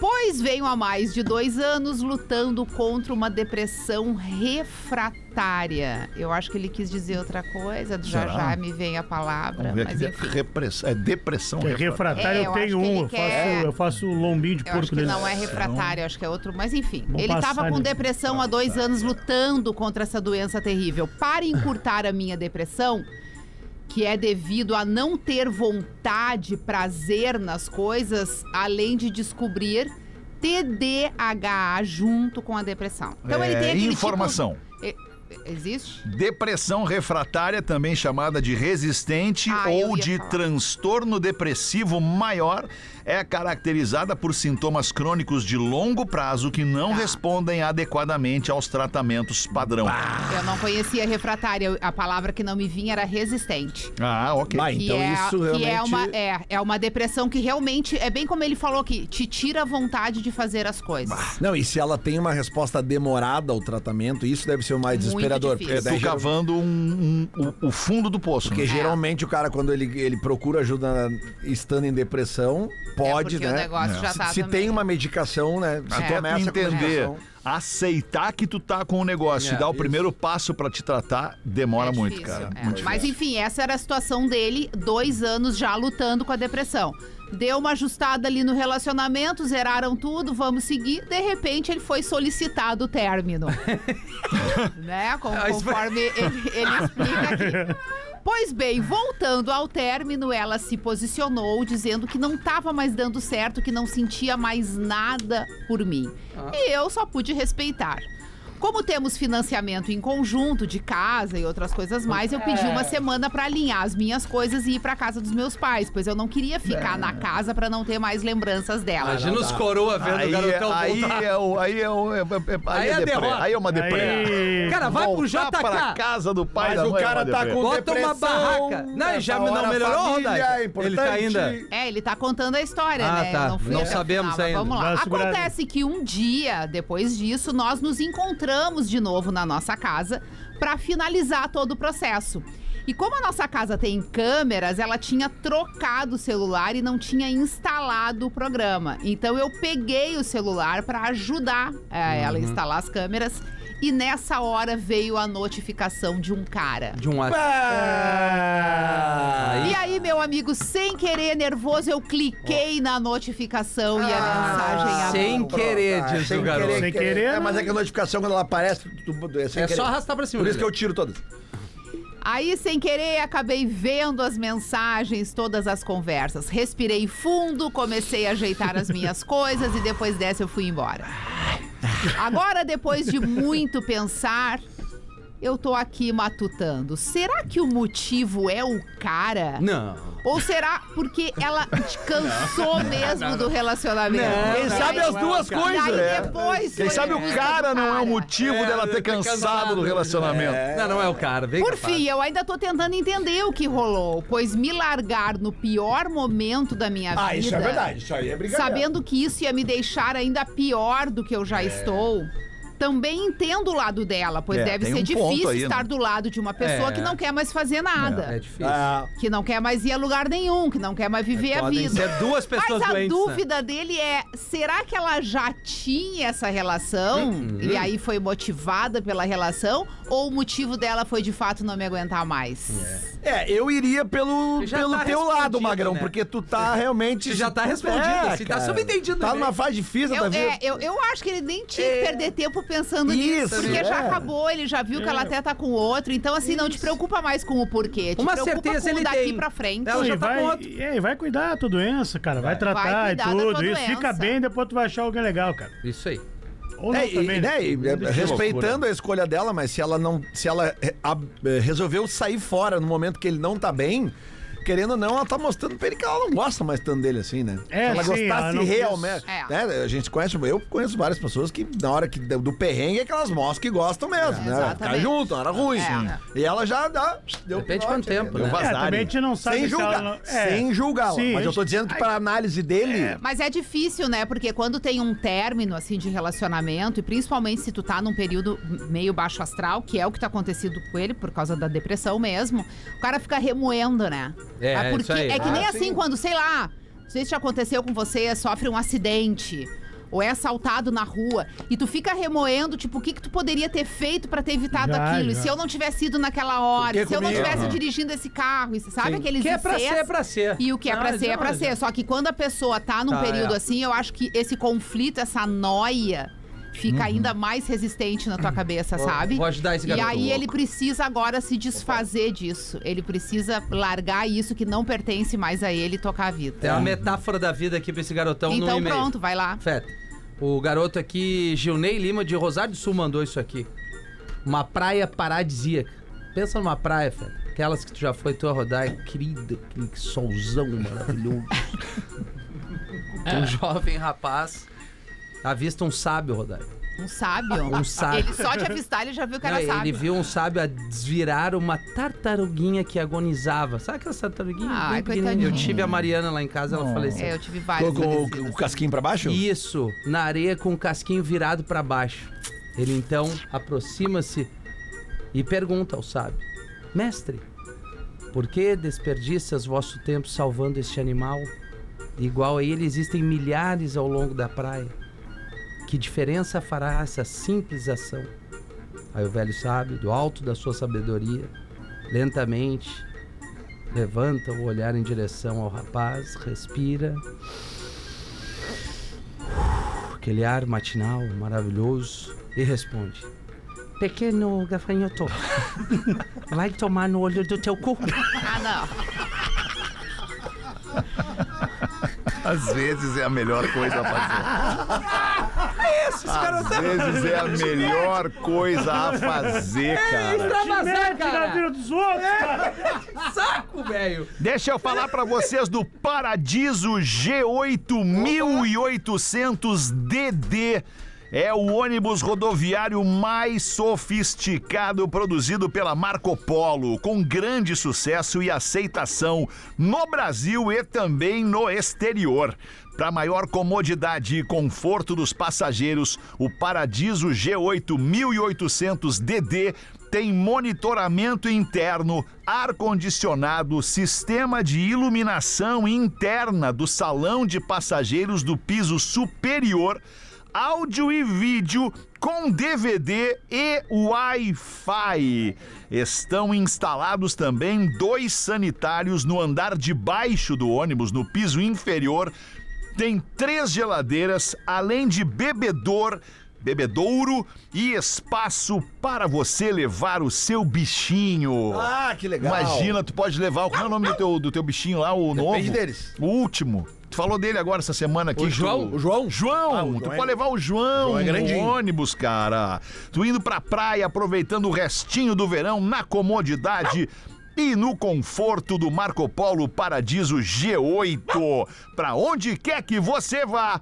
D: Pois venho há mais de dois anos lutando contra uma depressão refratária. Eu acho que ele quis dizer outra coisa, já
E: Será?
D: já me vem a palavra,
E: Vamos ver aqui.
D: mas enfim.
E: Repress- É depressão.
B: É refratário,
D: É,
B: eu
D: eu acho
B: tenho
D: que ele
B: um. Eu faço,
D: quer-
B: eu faço o lombinho de
D: Eu acho
B: porco
D: que
B: dele.
D: não é refratário, acho que é outro, mas enfim.
B: Vou
D: ele
B: passar
D: estava com
B: ali.
D: depressão há dois anos lutando contra essa doença terrível. Para encurtar a minha depressão, que é devido a não ter vontade, prazer nas coisas, além de descobrir TDAH junto com a depressão. Então ele tem
E: É,
D: aquele tipo-
E: informação.
D: E- Existe?
E: Depressão refratária, também chamada de resistente
D: Ah, eu
E: ou
D: ia
E: de
D: falar.
E: transtorno depressivo maior, é caracterizada por sintomas crônicos de longo prazo que não
D: Tá.
E: respondem adequadamente aos tratamentos padrão.
D: Eu não conhecia refratária, a palavra que não me vinha era resistente.
E: Ah, ok.
G: Vai,
D: Que
G: então
D: é,
G: isso
D: que
G: realmente.
D: é uma é, é uma depressão que realmente é bem como ele falou aqui, te tira a vontade de fazer as coisas.
G: Não, e se ela tem uma resposta demorada ao tratamento, isso deve ser o mais
D: Muito difícil.
G: desesperador.
D: É.
G: Porque,
E: Eu
G: daí,
E: tô
G: geral-
E: cavando um- um- o, o fundo do poço.
G: porque
E: né?
G: geralmente o cara, quando ele, ele procura ajuda na- estando em depressão, pode,
D: É, porque
G: né?
D: o negócio já
G: Se,
D: tá
G: se
D: também. É.
G: tem uma medicação, né? Se
E: Até
G: começa um-
E: tu
G: com
E: entender,
G: medicação.
E: aceitar que tu tá com o negócio
F: É,
E: e dar o
F: isso.
E: primeiro passo pra te tratar, demora
D: É
E: muito,
D: difícil,
E: cara.
D: é.
E: Muito
D: Mas enfim, essa era a situação dele, dois anos já lutando com a depressão. Deu uma ajustada ali no relacionamento, zeraram tudo, vamos seguir. De repente, ele foi solicitado o término. né? Com-
F: Ah, isso foi-
D: conforme ele, ele explica aqui. Pois bem, voltando ao término, ela se posicionou dizendo que não estava mais dando certo, que não sentia mais nada por mim. E eu só pude respeitar. Como temos financiamento em conjunto de casa e outras coisas mais, eu pedi uma semana para alinhar as minhas coisas e ir para casa dos meus pais, pois eu não queria ficar na casa para não ter mais lembranças dela.
F: Imagina os coroa vendo o
E: Aí,
F: garotão
E: aí,
F: voltar.
E: é o, aí é o- é- é- aí
F: Aí
E: é
F: é
E: deprê.
F: derrota.
E: Aí é uma deprê.
B: Aí,
F: Cara, vai pro
E: Voltar
F: JK.
E: pra casa do pai
G: Mas
E: da
G: o
E: mãe é
G: cara
E: uma
G: tá
E: deprê.
G: com-
F: Bota uma
G: Depressão,
F: barraca. Não, já
G: nessa
F: não
G: hora,
F: melhorou,
G: família
F: Rodaica.
G: é
F: Ele tá
G: importante.
F: ainda.
D: É, ele tá contando a história,
F: Ah,
D: né? Eu
F: tá.
D: fui
F: Não
D: até o
F: sabemos
D: final, mas
F: ainda.
D: Vamos
B: Dá
D: lá.
B: uma segurada.
D: Acontece que um dia, depois disso, nós nos encontramos de novo na nossa casa pra finalizar todo o processo. E como a nossa casa tem câmeras, ela tinha trocado o celular e não tinha instalado o programa. Então eu peguei o celular pra ajudar é, ela a
F: Uhum.
D: instalar as câmeras. E nessa hora veio a notificação de um cara.
F: De um WhatsApp.
D: E aí, meu amigo, sem querer, nervoso, eu cliquei na notificação e a
G: Ah,
D: mensagem abriu.
F: Ah, Sem querer, diz o garoto.
B: Sem querer,
G: É,
B: não.
G: mas é que a notificação, quando ela aparece, tu, tu- é sem
F: É
G: querer.
F: só arrastar pra cima.
G: Por isso que
F: né?
G: eu tiro todas.
D: Aí, sem querer, acabei vendo as mensagens, todas as conversas. Respirei fundo, comecei a ajeitar as minhas coisas e depois dessa eu fui embora. Agora, depois de muito pensar, eu tô aqui matutando. Será que o motivo é o cara?
F: Não.
D: Ou será porque ela te cansou mesmo do relacionamento?
F: Não,
D: E
G: Quem
F: não,
G: sabe
D: aí-
G: as duas
D: e aí
G: coisas. né?
D: depois
E: Quem
D: foi
E: sabe
D: a
E: o
D: vida
E: cara
D: do
E: não é o motivo
F: É,
E: dela
F: ter
E: ter cansado
F: cansado,
E: do relacionamento.
F: Não, não é o cara. Vem
D: Por
F: cá,
D: fim, eu ainda tô tentando entender o que rolou, pois me largar no pior momento da minha vida.
H: Ah, isso é verdade. Isso aí é brincadeira.
D: Sabendo que isso ia me deixar ainda pior do que eu já estou. Também entendo o lado dela, pois
E: É,
D: deve
E: tem
D: ser
E: um ponto
D: difícil
E: aí, né?
D: estar do lado de uma pessoa
F: É.
D: que não quer mais fazer
F: pá.
D: nada.
F: É difícil.
H: Ah,
D: Que não quer mais ir a lugar nenhum, que não quer mais viver a
F: Podem
D: vida.
F: ser duas pessoas
D: Mas a
F: doentes. né?
D: dúvida dele é: será que ela já tinha essa relação
F: Hum.
D: e aí foi motivada pela relação? Ou o motivo dela foi de fato não me aguentar mais?
G: É, eu iria pelo,
F: Já
G: pelo
F: tá
G: teu lado,
F: respondido,
G: Magrão,
F: né?
G: porque tu tá realmente.
F: Você já tá respondido, assim, tá
G: cara.
F: subentendido,
G: Tá
F: né?
G: numa fase difícil da
D: Eu,
G: vida.
D: é, eu, eu acho que ele nem tinha
F: É.
D: que perder tempo pensando nisso.
G: Isso,
D: Porque
G: é.
D: já acabou, ele já viu que
F: É.
D: ela até tá com outro. Então, assim, não te preocupa mais com o porquê. Te
F: Uma
D: preocupa
F: certeza
D: com o
F: ele
D: daqui
F: tem.
D: pra frente.
F: Ela
B: Não,
F: já
B: e
F: tá
B: vai,
F: com outro.
B: e aí, vai cuidar da tua doença, cara. Vai, tratar
D: Vai
B: e
D: cuidar da
B: tudo.
D: tua
B: Isso fica
D: doença.
B: bem da tua vai achar alguém legal, cara.
F: Isso aí.
B: Ou
G: É,
B: não
G: e-
B: também.
G: né, e- é,
B: Tudo isso.
G: respeitando a escolha dela, mas se ela não, se ela é, a- é, resolveu sair fora no momento que ele não tá bem, querendo ou não, ela tá mostrando pra ele que ela não gosta mais tanto dele assim, né?
B: É,
G: se ela
B: sim,
G: gostasse
B: ela não
G: realmente,
D: quis.
G: né, A gente conhece, eu conheço várias pessoas que na hora que do do perrengue é que elas mostram que gostam mesmo, né?
D: exatamente.
G: Ficar junto, era ruim.
D: É.
G: sim. E ela já dá, deu
F: Depende de
G: pinote,
F: quanto tempo,
G: deu
F: né?
B: É,
E: Vazarem.
B: também a gente não sabe
G: Sem
B: se ela
G: julgar,
B: não- é.
G: sem julgar,
B: Sim, É,
G: mas eu tô
B: a gente-
G: dizendo que para análise dele,
D: Mas é difícil, né? Porque quando tem um término, assim, de relacionamento, e principalmente se tu tá num período meio baixo astral, que é o que tá acontecendo com ele, por causa da depressão mesmo, o cara fica remoendo, né?
F: É, é
D: porque
F: isso aí.
D: é que
F: Ah,
D: nem
F: sim.
D: assim quando, sei lá, não sei se já aconteceu com você, sofre um acidente. Ou é assaltado na rua e tu fica remoendo, tipo, o que que tu poderia ter feito pra ter evitado
B: Já,
D: aquilo? E
B: já.
D: se eu não tivesse ido naquela hora? E
G: Por que
D: se eu não
G: comigo?
D: tivesse
G: Aham.
D: dirigindo esse carro? E sabe
F: Sim.
D: aqueles
F: O que é pra ser,
D: incês?
F: é pra ser.
D: E o que é pra
F: Não, né?
D: ser, é
F: não,
D: pra
F: não.
D: ser. Só que quando a pessoa tá num
F: Tá,
D: período
F: é.
D: assim, eu acho que esse conflito, essa noia, fica ainda mais resistente na tua cabeça,
F: Uhum. Vou-
D: sabe?
F: vou ajudar esse
D: e
F: garoto
D: aí
F: louco.
D: ele precisa agora se desfazer disso. Ele precisa largar isso que não pertence mais a ele e tocar a vida.
F: Tem uma metáfora da vida aqui pra esse garotão no
D: então
F: e-mail.
D: pronto, vai lá.
F: Feta. O garoto aqui, Gilney Lima, de Rosário do Sul, mandou isso aqui. Uma praia paradisíaca. Pensa numa praia, Feta. Aquelas que tu já foi, tu ia rodar, é querida, aquele solzão maravilhoso. um jovem rapaz avista um sábio, Rodário.
D: Um sábio.
F: Um sábio.
D: Ele só de avistar, ele já viu que
F: Não,
D: era sábio.
F: ele viu um sábio a desvirar uma tartaruguinha que agonizava. Sabe aquela tartaruguinha?
D: Ai,
F: bem pequenininha?
D: coitadinha.
F: Eu tive a Mariana lá em casa, ela faleceu.
D: É, eu tive vários.
G: com o,
D: parecidos.
G: o casquinho pra baixo?
F: Isso, na areia com o casquinho virado pra baixo. Ele então aproxima-se e pergunta ao sábio: Mestre, por que desperdiças vosso tempo salvando este animal? Igual a ele existem milhares ao longo da praia. Que diferença fará essa simples ação? Aí o velho sábio, do alto da sua sabedoria, lentamente levanta o olhar em direção ao rapaz, respira
G: é
F: aquele ar matinal maravilhoso e responde: Pequeno gafanhoto, vai tomar no olho do teu cu.
D: Ah, não.
E: Às vezes é a melhor coisa a fazer. Às vezes é a melhor coisa a fazer, cara.
B: Te mete na vida dos outros,
G: É,
B: cara.
F: Saco, velho!
E: Deixa eu falar pra vocês do Paradiso G8800DD. É o ônibus rodoviário mais sofisticado produzido pela Marco Polo, com grande sucesso e aceitação no Brasil e também no exterior. Para maior comodidade e conforto dos passageiros, o Paradiso G8800DD tem monitoramento interno, ar-condicionado, sistema de iluminação interna do salão de passageiros do piso superior, áudio e vídeo com DVD e Wi-Fi. Estão instalados também dois sanitários no andar de baixo do ônibus, no piso inferior. Tem três geladeiras, além de bebedor, bebedouro e espaço para você levar o seu bichinho.
G: Ah, que legal.
E: Imagina, tu pode levar. Qual é o nome do teu, do teu bichinho lá, o novo?
G: deles.
E: O último. Tu falou dele agora essa semana aqui.
F: O
E: que tu-
F: João?
G: O João?
E: João,
G: Ah, o
E: tu
G: João é-
E: pode levar o João,
G: João é
E: no
G: grandinho.
E: ônibus, cara. Tu indo pra praia, aproveitando o restinho do verão na comodidade e no conforto do Marco Polo Paradiso G8. Pra onde quer que você vá,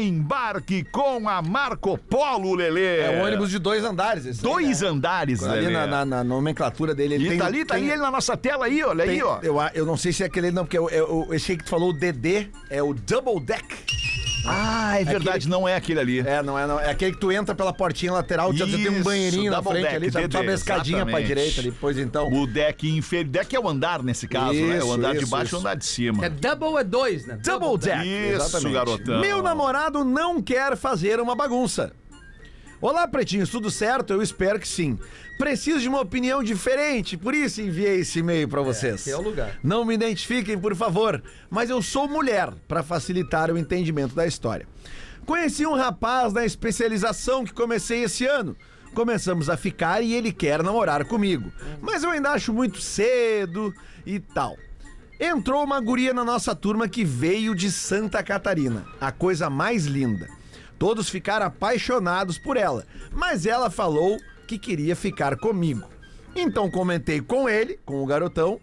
E: embarque com a Marco Polo, Lelê.
G: É um ônibus de dois andares. Esse aí,
E: Dois
G: né?
E: andares,
G: Ali
E: Lelê.
G: na, na- na nomenclatura dele. Ele
E: E
G: tem,
E: tá ali, tá
G: tem-
E: ali ele na nossa tela aí, olha
G: tem-
E: aí, ó.
G: Eu, a- eu não sei se é aquele não, porque é o- é o- esse aí que tu falou, o DD, é o Double Deck.
E: Ah, é verdade, não é aquele ali.
G: É, não é não. É aquele que tu entra pela portinha lateral, já tem um
E: Isso,
G: banheirinho na
E: double
G: frente
E: deck,
G: ali, sabe? Só uma
E: DD,
G: escadinha pra
E: exatamente.
G: direita ali. Pois então.
E: O deck inferior. Deck é o andar nesse caso, né? O
G: Isso,
E: andar de
G: isso,
E: baixo e
G: isso.
E: o andar de cima.
F: É double é dois, né?
G: Double Deck.
E: Isso, garotão.
G: Meu namorado não quer fazer uma bagunça. Olá, pretinhos, tudo certo? Eu espero que sim. Preciso de uma opinião diferente, por isso enviei esse e-mail pra vocês.
F: esse é o lugar.
G: Não me identifiquem, por favor, mas eu sou mulher, pra facilitar o entendimento da história. Conheci um rapaz na especialização que comecei esse ano. Começamos a ficar e ele quer namorar comigo, mas eu ainda acho muito cedo e tal. Entrou uma guria na nossa turma que veio de Santa Catarina, a coisa mais linda. Todos ficaram apaixonados por ela, mas ela falou que queria ficar comigo. Então comentei com ele, com o garotão,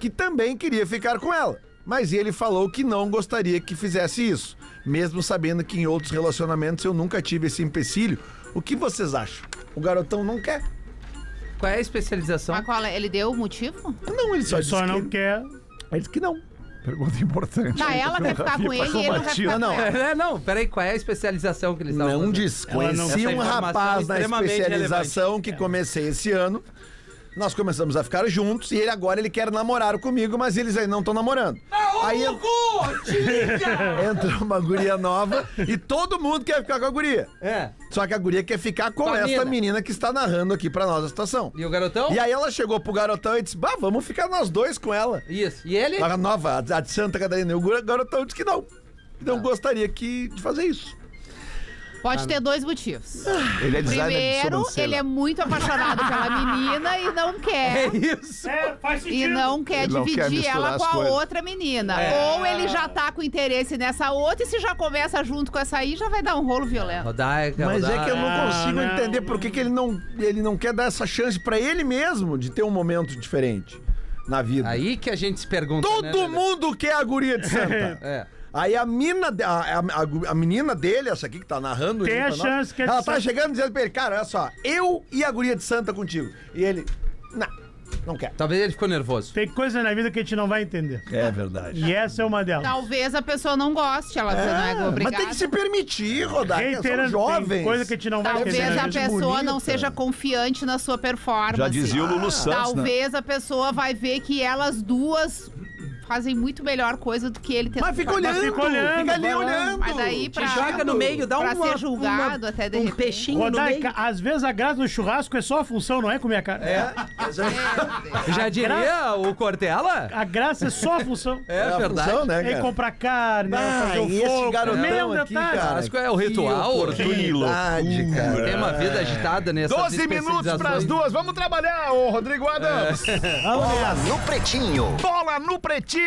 G: que também queria ficar com ela, mas ele falou que não gostaria que fizesse isso, mesmo sabendo que em outros relacionamentos eu nunca tive esse empecilho. O que vocês acham? O garotão não quer?
F: Qual é a especialização?
D: Mas qual é? Ele deu o motivo?
G: Não, ele só,
B: Ele
G: disse,
B: só
G: que...
B: não quer.
G: ele disse que não.
E: Pergunta importante.
D: Tá, ela quer ficar com ele e ele não quer ficar
G: Não,
D: com
G: não.
D: ela.
F: É, não, peraí, qual é a especialização que eles estavam
G: Não
F: fazendo?
G: diz.
B: Ela não-
G: Conheci
F: Essa
G: um
F: informação é
G: rapaz na
F: extremamente
G: especialização que comecei esse ano. Nós começamos a ficar juntos e ele agora ele quer namorar comigo, mas eles aí não estão namorando.
F: Tá
G: aí en- entra uma guria nova e todo mundo quer ficar com a guria.
F: É.
G: Só que a guria quer ficar com,
F: Com a
G: esta
F: mina.
G: menina que está narrando aqui pra nós a situação.
F: E o garotão?
G: E aí ela chegou pro garotão e disse: "Bah, vamos ficar nós dois com ela".
F: Isso. E ele?
G: A nova, a de Santa Catarina. E o garotão disse que não.
F: Tá.
G: Não gostaria que, de fazer isso.
D: Pode ter dois motivos.
E: Ele é designer de
D: Primeiro,
E: sobrancelha.
D: ele é muito apaixonado pela menina e não
F: É
D: quer.
F: isso.
B: É, faz
D: E não quer
E: Ele não quer
D: dividir
E: misturar
D: ela
E: as
D: com a
E: coisas.
D: outra menina.
F: É.
D: Ou ele já tá com interesse nessa outra, e se já começa junto com essa aí, já vai dar um rolo violento.
F: Rodaica,
G: Mas é que eu não
B: Ah,
G: consigo
B: não.
G: entender por que, que ele, não, ele não quer dar essa chance pra ele mesmo de ter um momento diferente na vida.
F: Aí que a gente se pergunta, né,
G: Todo
F: Lelê?
G: mundo quer a guria de Santa.
F: É.
G: Aí a mina, de- a, a, a- a menina dele, essa aqui que tá narrando,
B: Tem
G: né,
B: a
G: pra nós,
B: chance que é de
G: ela tá
B: Santa.
G: chegando dizendo pra ele, cara, olha só, eu e a guria de Santa contigo. E ele, não, não quer.
B: Tá,
F: Talvez ele ficou nervoso.
B: Tem coisa na vida que a gente não vai entender.
G: É verdade.
B: E essa é uma delas.
D: Talvez a pessoa não goste, ela não é
G: Ah, Mas
D: obrigada.
G: tem que se permitir, Rodar. Ah, São
B: Reiterando,
G: jovens.
B: tem coisa que a gente não vai
D: Talvez
B: entender. né?
D: a
G: gente
D: pessoa não
G: bonita.
D: seja confiante na sua performance.
E: Já dizia o Lulu Santos, né?
D: Talvez a pessoa vai ver que elas duas fazem muito melhor coisa do que ele tenta.
G: Mas fica
D: fazer.
G: olhando,
B: fica
G: fica
B: olhando,
G: ali
B: vai lá.
G: olhando.
D: Mas daí pra,
F: Te joga no
B: né?
F: meio, dá
D: pra
F: uma-
D: ser julgado
F: uma-
D: até de
F: um
D: repente.
F: peixinho no meio.
B: Rodaica, às vezes a graça do churrasco é só a função, não é comer a carne.
G: É,
B: É.
F: Já diria o Cortella?
B: A graça é só a função.
F: É,
G: a
F: verdade.
G: função, né,
B: É
G: cara?
B: comprar carne,
G: Ah,
B: fazer o
G: e esse
B: fogo.
G: garotão
B: mesmo
G: aqui,
B: detalhe.
G: cara.
F: Acho que é o ritual,
E: Que
G: Verdade,
H: Hum,
G: cara.
H: é.
F: Tem uma vida agitada nessa
E: 12 minutos para as duas. Vamos trabalhar, ô Rodrigo Adams.
I: É.
C: Bola no Pretinho.
E: Bola no Pretinho.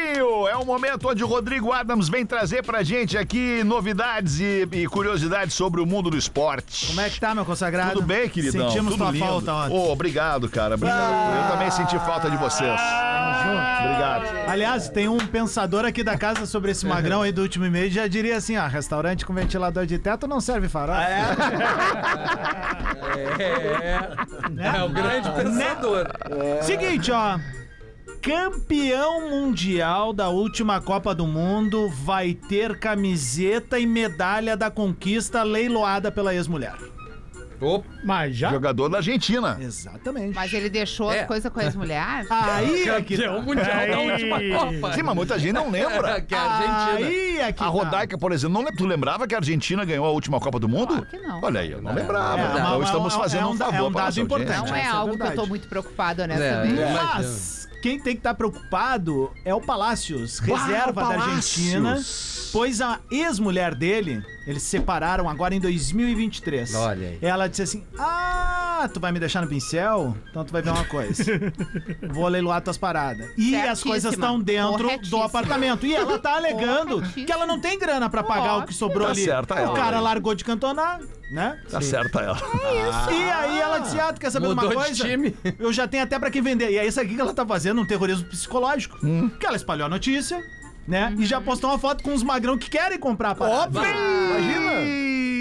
E: É o momento onde o Rodrigo Adams vem trazer pra gente aqui novidades e, e curiosidades sobre o mundo do esporte.
I: Como é que tá, meu consagrado?
E: Tudo bem, queridão?
I: Sentimos
E: Tudo
I: tua
E: lindo.
I: falta Ah. ontem.
E: Ô, obrigado, cara. Obrigado. Eu também senti falta de vocês. Obrigado.
I: Aliás, tem um pensador aqui da casa sobre esse magrão aí do último e-mail. Já diria assim, ó, restaurante com ventilador de teto não serve farofa.
B: Ah,
F: É, é o grande pensador.
I: Seguinte, ó. Campeão mundial da última Copa do Mundo vai ter camiseta e medalha da conquista leiloada pela ex-mulher.
F: Opa.
B: Mas já
E: Jogador da Argentina.
I: Exatamente.
D: Mas ele deixou
F: É.
D: as coisas com as mulheres?
I: Aí é que
F: Campeão mundial da
B: Aí.
F: última
I: É.
F: Copa.
E: Sim, mas muita gente não lembra.
F: Que a Argentina.
I: Aí é que
E: A
I: tá.
E: Rodaica, por exemplo, não lembra, tu lembrava que a Argentina ganhou a última Copa do Mundo?
D: Claro que não.
E: Olha aí, eu não
I: É,
E: lembrava.
I: mas-
E: então
I: mas
E: estamos
I: é um-
E: fazendo
I: é um
E: um
I: da-
E: favor
I: é um
E: pra
I: dado
E: nossa
I: importante.
E: audiência.
D: Não é,
I: Isso é
D: algo que eu
I: verdade.
D: tô muito preocupada honestamente.
F: É.
I: Mas quem tem que estar preocupado é o Palácios, reserva da Argentina, pois a ex-mulher dele, eles se separaram agora em 2023.
F: Olha aí.
I: Ela disse assim: "Ah, tu vai me deixar no pincel? Então tu vai ver uma coisa. Vou leiloar tuas paradas." E as
D: Certíssima.
I: coisas estão dentro do
D: Corretíssima.
I: apartamento. E ela tá alegando que ela não tem grana pra pagar o que sobrou
E: Tá
I: ali.
E: certa
I: o
E: ela,
I: cara
E: né?
I: largou de cantonar, né?
E: Tá certa ela.
I: E aí ela disse: Ah, tu quer saber de uma
F: Mudou de
I: coisa?
F: time.
I: Eu já tenho até pra quem vender. E é isso aqui que ela tá fazendo, um terrorismo psicológico.
F: Hum.
I: Porque ela espalhou a notícia, né? E já postou uma foto com uns magrão que querem comprar a parada.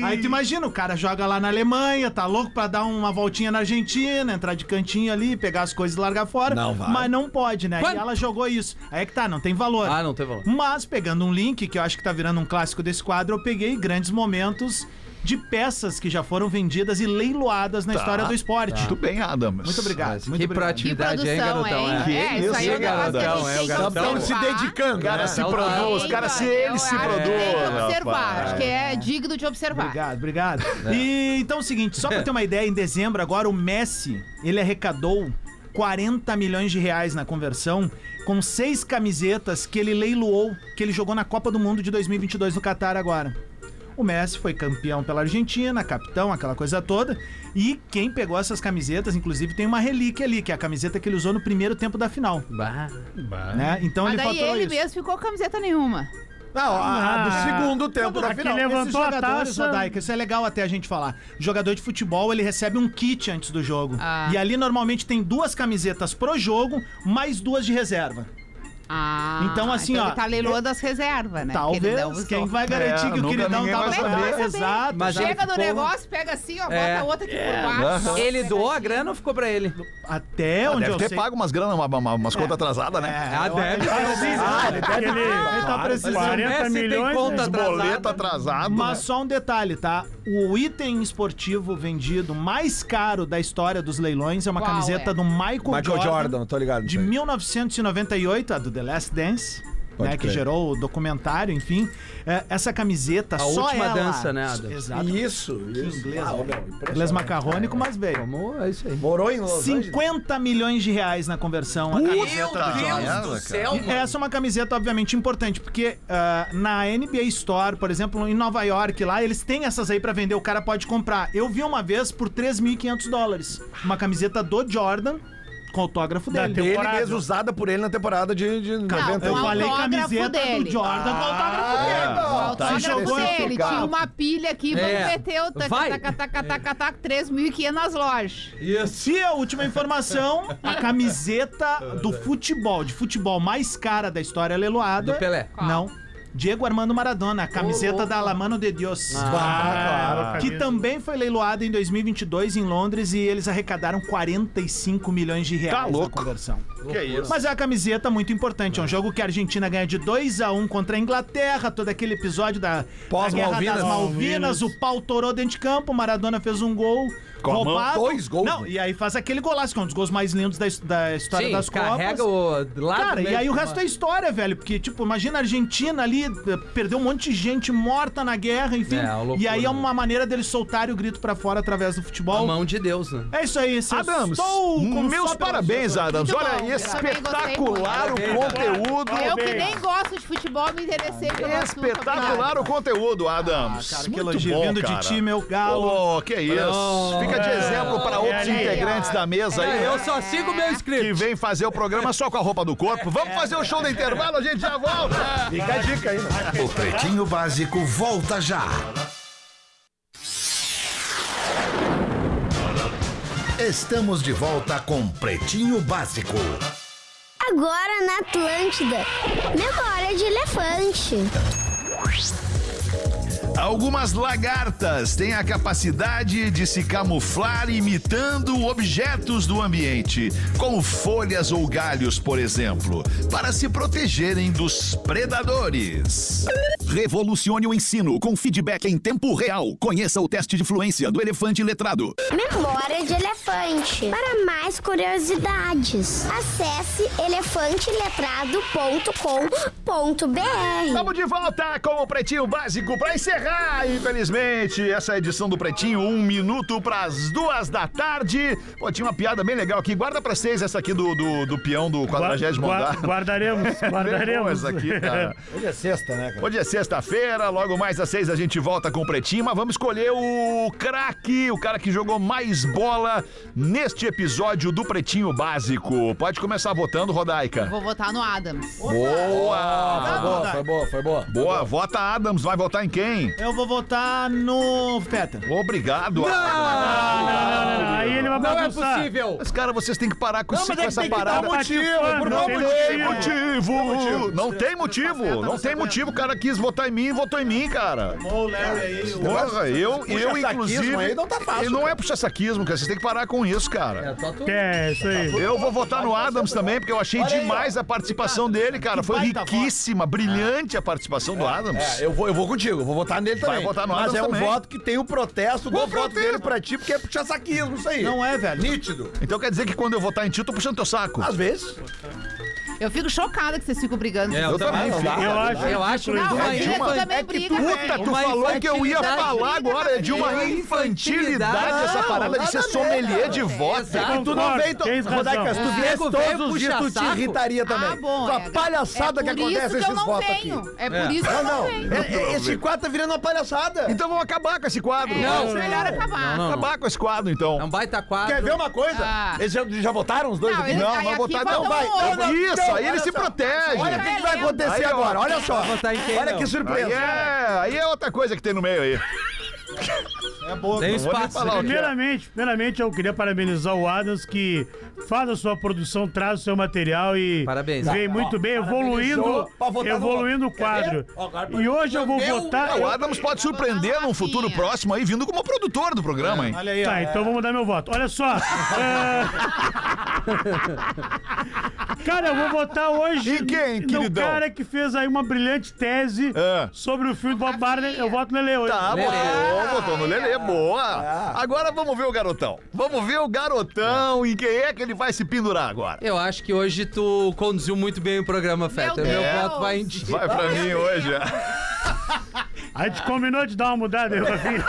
I: Aí tu imagina, o cara joga lá na Alemanha, tá louco pra dar uma voltinha na Argentina, entrar de cantinho ali, pegar as coisas e largar fora.
G: Não vai.
I: Mas não pode, né?
F: Quando-
I: E ela jogou isso. Aí é que tá, não tem valor.
F: Ah, não tem valor.
I: Mas, pegando um link, que eu acho que tá virando um clássico desse quadro, eu peguei grandes momentos de peças que já foram vendidas e leiloadas na história do esporte.
E: Muito bem, Adams.
I: Muito obrigado.
F: Mas
I: muito
F: que
I: obrigado.
D: Que
F: proatividade, hein,
D: produção,
F: garotão?
D: hein?
F: É.
D: É, isso aí é um negócio que a
F: garotão,
D: gente
F: é,
D: tem
F: o
D: que
F: garotão
D: observar.
G: se dedicando.
E: O Então, ah, cara se
F: Tá
E: produz,
F: bom,
E: o cara se
D: Eu
E: ele se
D: acho que Tem que
E: produz.
D: observar,
E: rapaz.
D: acho que é digno de observar.
I: Obrigado, obrigado. E então é o seguinte, só pra ter uma ideia, em dezembro agora o Messi, ele arrecadou 40 milhões de reais na conversão com seis camisetas que ele leiloou, que ele jogou na Copa do Mundo de 2022 no Catar agora. O Messi foi campeão pela Argentina, capitão, aquela coisa toda. E quem pegou essas camisetas, inclusive, tem uma relíquia ali, que é a camiseta que ele usou no primeiro tempo da final,
F: Bah.
I: né? Então
D: Mas
I: ele
D: daí
I: faturou
D: ele
I: isso.
D: mesmo ficou com camiseta nenhuma.
G: Não, a, a do
B: Ah.
G: segundo tempo da
B: Aquele
G: final.
B: é- Levantou
I: Esses
B: a
I: jogadores,
B: taça.
I: Rodaica, isso é legal até a gente falar. Jogador de futebol, ele recebe um kit antes do jogo.
D: Ah.
I: E ali normalmente tem duas camisetas pro jogo, mais duas de reserva.
D: Ah,
I: Então, assim, ó,
D: Ele tá leiloando as reservas, né? Que ele não
I: Talvez
D: usou.
I: quem vai garantir
E: É,
I: que o
E: nunca
I: queridão
E: ninguém
I: tava
E: vai
D: saber.
I: sabendo. Exato.
F: Mas ele
D: Chega no
F: ficou-
D: negócio, pega assim, ó, bota
F: É.
D: outra aqui por baixo. ó,
F: Ele doou a
D: pegadinha.
F: grana ou ficou pra ele?
I: Até
E: Ah,
I: onde
E: Deve
I: eu
E: ter
I: sei.
E: pago umas grana, uma- uma- umas contas atrasadas, né?
F: Ah, deve.
I: tá
B: Ah, Aquele
I: Ele tá precisando.
B: 40
F: Messi tem
B: milhões.
F: conta
B: né?
F: atrasada.
E: Boleto atrasado.
I: Mas
E: né?
I: só um detalhe, tá? O item esportivo vendido mais caro da história dos leilões é uma
D: Qual
I: camiseta
D: é?
I: do Michael,
G: Michael
I: Jordan
E: tá
G: Jordan, tô ligado.
I: de 1998, a do The Last Dance,
G: Pode
I: né, que
G: crer.
I: gerou o documentário, enfim. É, essa camiseta
F: A
I: só
F: última
I: ela-
F: dança, né, Adam?
I: Exato.
G: Isso, isso.
I: inglês,
G: Ah,
I: velho.
G: meu, impressionante.
I: Inglês macarrônico, mas veio.
F: Vamos, é isso aí.
G: Morou em Los Angeles?
I: 50 milhões de reais na conversão. a
F: Meu
I: camiseta do Jordan.
E: cara.
F: céu,
I: E essa é uma camiseta, obviamente, importante, porque ah, na NBA Store, por exemplo, em Nova York, lá, eles têm essas aí pra vender, o cara pode comprar. Eu vi uma vez por 3.500 dólares. Uma camiseta do Jordan, com autógrafo
B: Da
I: dele.
G: Ele
B: temporada.
G: mesmo, usada por ele na temporada de, de
D: Não,
G: 90.
I: Eu
D: um
I: falei
D: autógrafo
I: camiseta
D: dele.
I: do Jordan com autógrafo dele.
D: O autógrafo
I: Se jogou Ah, então. Tá em
D: dele,
G: lugar.
D: tinha uma pilha aqui, vamos
F: É.
D: meter o taca,
F: Vai.
D: taca, taca, taca, taca, 3.500 nas lojas.
F: Isso.
I: E Então, é a última informação, a camiseta do futebol, de futebol mais cara da história leiloada.
F: Do Pelé.
I: Não. Diego Armando Maradona, a camiseta da La Mano de Dios.
B: Ah,
I: Que
B: camisa.
I: também foi leiloada em 2022 em Londres e eles arrecadaram 45 milhões de reais
E: Tá louco.
I: na conversão.
E: Que isso?
I: Mas é uma camiseta muito importante. É um jogo que a Argentina ganha de 2 a 1 contra a Inglaterra. Todo aquele episódio da, da Guerra
G: Pós-Malvinas.
I: das Malvinas. O pau torou dentro de campo. Maradona fez um gol.
E: Com a mão,
I: roubado.
G: dois gols,
I: Não,
G: né?
I: e aí faz aquele golaço, que é um dos gols mais lindos da, his- da história
F: Sim,
I: das
F: carrega
I: Copas.
F: o lado
I: Cara, e
F: mesmo.
I: aí o resto é história, velho. Porque, tipo, imagina a Argentina ali, eh, perdeu um monte de gente morta na guerra, enfim.
F: É, é uma loucura,
I: e aí é
F: né?
I: uma maneira deles soltarem o grito pra fora através do
F: A
I: futebol.
F: mão de Deus, né?
I: É isso aí, seus-
E: Adams,
I: estou com
E: meus
I: só pela-
E: parabéns, Adams.
D: Muito
E: Olha,
D: bom, eu também gostei muito.
E: espetacular o
F: Parabéns,
E: conteúdo.
D: Eu que
B: bem.
D: nem gosto de futebol, me interessei pelo assunto,
E: Espetacular
D: obrigada.
E: o conteúdo, Adams.
I: Ah, Cara, que
E: Muito
I: elogio
E: bom,
I: vindo
E: cara.
I: de ti, meu galo. É,
E: Ô, que isso. Fica de exemplo para
B: olha
E: outros
B: aí,
E: integrantes
D: ó.
E: da mesa aí.
F: Eu só sigo meu
E: Que
F: inscrito.
E: vem fazer o programa só com a roupa do corpo.
I: É.
E: Vamos fazer o show do intervalo, a gente já volta.
G: Fica a dica aí, né?
C: O Pretinho Básico volta já. Estamos de volta com Pretinho Básico.
J: Agora na Atlântida. Memória de elefante.
E: Algumas lagartas têm a capacidade de se camuflar imitando objetos do ambiente, como folhas ou galhos, por exemplo, para se protegerem dos predadores. Revolucione o ensino com feedback em tempo real. Conheça o teste de fluência do elefante letrado.
J: Memória de elefante. Para mais curiosidades, acesse elefanteletrado.com.br.
E: Estamos de volta com o Pretinho Básico para encerrar Ah, infelizmente, essa é a edição do Pretinho, um minuto pras duas da tarde. Pô, tinha uma piada bem legal aqui. Guarda pra vocês essa aqui do, do, do peão do
B: Gua-
E: 40
B: gua-
E: andar.
B: Guardaremos,
E: Bem boa
B: guardaremos.
E: essa aqui, cara.
H: Hoje é sexta, né, cara?
E: Hoje é sexta-feira, logo mais às seis a gente volta com o Pretinho, mas vamos escolher o craque, o cara que jogou mais bola neste episódio do Pretinho Básico. Pode começar votando, Rodaica.
D: Vou votar no Adams.
H: Foi
E: Boa!
H: boa, foi boa, foi boa.
E: Boa, vota Adams, vai votar em quem?
I: Eu vou votar no Feta.
E: Obrigado, Adams.
B: Não, não, não, não. Aí ele vai
F: Não é
B: bagunçar.
F: possível!
E: Mas, cara, vocês têm é que parar com, esse- com essa
B: Tá
E: parada.
B: participando,
E: Por
B: não
E: não
B: tem
E: tem
B: motivo.
E: motivo! Não tem motivo! Não tem motivo, o cara quis votar em mim, votou em mim, cara.
I: Ô, Larry aí, o-
E: Porra, eu, eu
H: puxa-saquismo
E: inclusive.
H: aí não tá fácil,
E: e não é puxa saquismo, cara. Vocês têm que parar com isso, cara.
B: É, isso aí.
E: Eu vou votar no Adams também, porque eu achei
H: Olha aí,
E: demais a participação dele, cara. Foi
I: baita
E: riquíssima, brilhante a participação do Adams.
H: É, eu vou, eu vou contigo, eu vou votar nele
E: Vai
H: também.
E: votar no
H: Mas
E: Adams
H: é um
E: também.
H: voto que tem o protesto do voto
E: protesto.
H: dele pra ti, porque é puxar saquismo isso aí.
I: Não é, velho.
H: Nítido.
E: Então quer dizer que quando eu votar em ti, eu tô puxando teu saco.
H: Às vezes.
D: Eu fico chocada que vocês ficam brigando. Ah,
F: É, eu, também,
H: não dá,
F: filho.
B: Eu acho.
F: Eu acho
B: Não,
F: uma
D: é que eu
F: infan-
D: também brigo,
E: Puta, tu
F: Uma
E: falou que eu ia
F: infantilidade.
E: falar agora é de uma
F: Uma
E: infantilidade
F: infantilidade.
E: essa parada de
H: Não,
E: ser
H: nada a ver,
E: sommelier de
H: cara.
E: voto.
F: Exato.
H: Tu não
B: Concordo,
H: vem, to...
B: tens razão.
H: Rodaica, se tu
D: É.
H: viesse
F: Nego
H: todos
F: veio
H: os dias,
F: puxar
H: tu te
F: saco.
H: irritaria também.
D: Ah, bom.
H: com a
D: é,
H: palhaçada
D: é
H: que
D: por isso
H: acontece
D: que eu
H: esses
D: não
H: votos
D: venho.
H: aqui.
D: É por isso que
G: Ah,
H: Não,
D: eu não
H: não.
D: venho.
H: É- é- Esse quadro tá virando uma palhaçada.
E: Então vamos acabar com esse quadro.
D: É, acho melhor acabar.
F: Não, não,
E: Acabar com esse quadro, então.
F: É um baita quadro.
H: Quer ver uma coisa?
D: Ah.
H: Eles já, já votaram os dois
D: Não,
H: aqui?
D: eles-
E: Não,
D: aí
E: vai
D: aqui
E: votar-
D: vota
E: não,
D: um
E: vai,
D: ou outro.
E: Isso,
H: Então,
E: aí ele
H: olha
E: se
H: só.
E: protege.
H: Olha o que, que vai acontecer
E: Aí, ó.
H: agora, olha só.
F: votar em quem,
H: Olha
F: não?
H: que
E: Aí
H: surpresa.
E: é, aí é outra coisa que tem no meio aí.
F: Tem
I: É boa.
E: Não vou nem
F: espaço.
E: falar o que é.
B: Primeiramente, primeiramente, eu queria parabenizar o Adams que faz a sua produção, traz o seu material e
F: Parabéns.
B: vem muito bem, evoluindo,
H: pra votar no
B: evoluindo o
H: outro. Quer
B: quadro.
H: ver? Ó, agora pra
B: E hoje eu vou
H: meu-
B: votar.
E: É, o Adams pode surpreender num futuro próximo aí, vindo como produtor do programa, hein?
I: Olha aí, ó. É.
B: Tá, então vou mudar meu voto. Olha só. é, Cara, eu vou votar hoje
E: Em quem,
B: no
E: queridão?
B: cara que fez aí uma brilhante tese
E: É.
B: sobre o filme do Bob Barney. Eu voto no Lele hoje.
E: Tá,
F: Lelê.
E: botou, botou no Lelê, boa. Agora vamos ver o garotão. Vamos ver o garotão em quem é que ele vai se pendurar agora.
F: Eu acho que hoje tu conduziu muito bem o programa, Feta.
D: Meu
F: Meu,
D: Deus.
F: voto vai em ti.
E: Vai pra mim hoje.
B: A gente combinou de dar uma mudada, meu filho.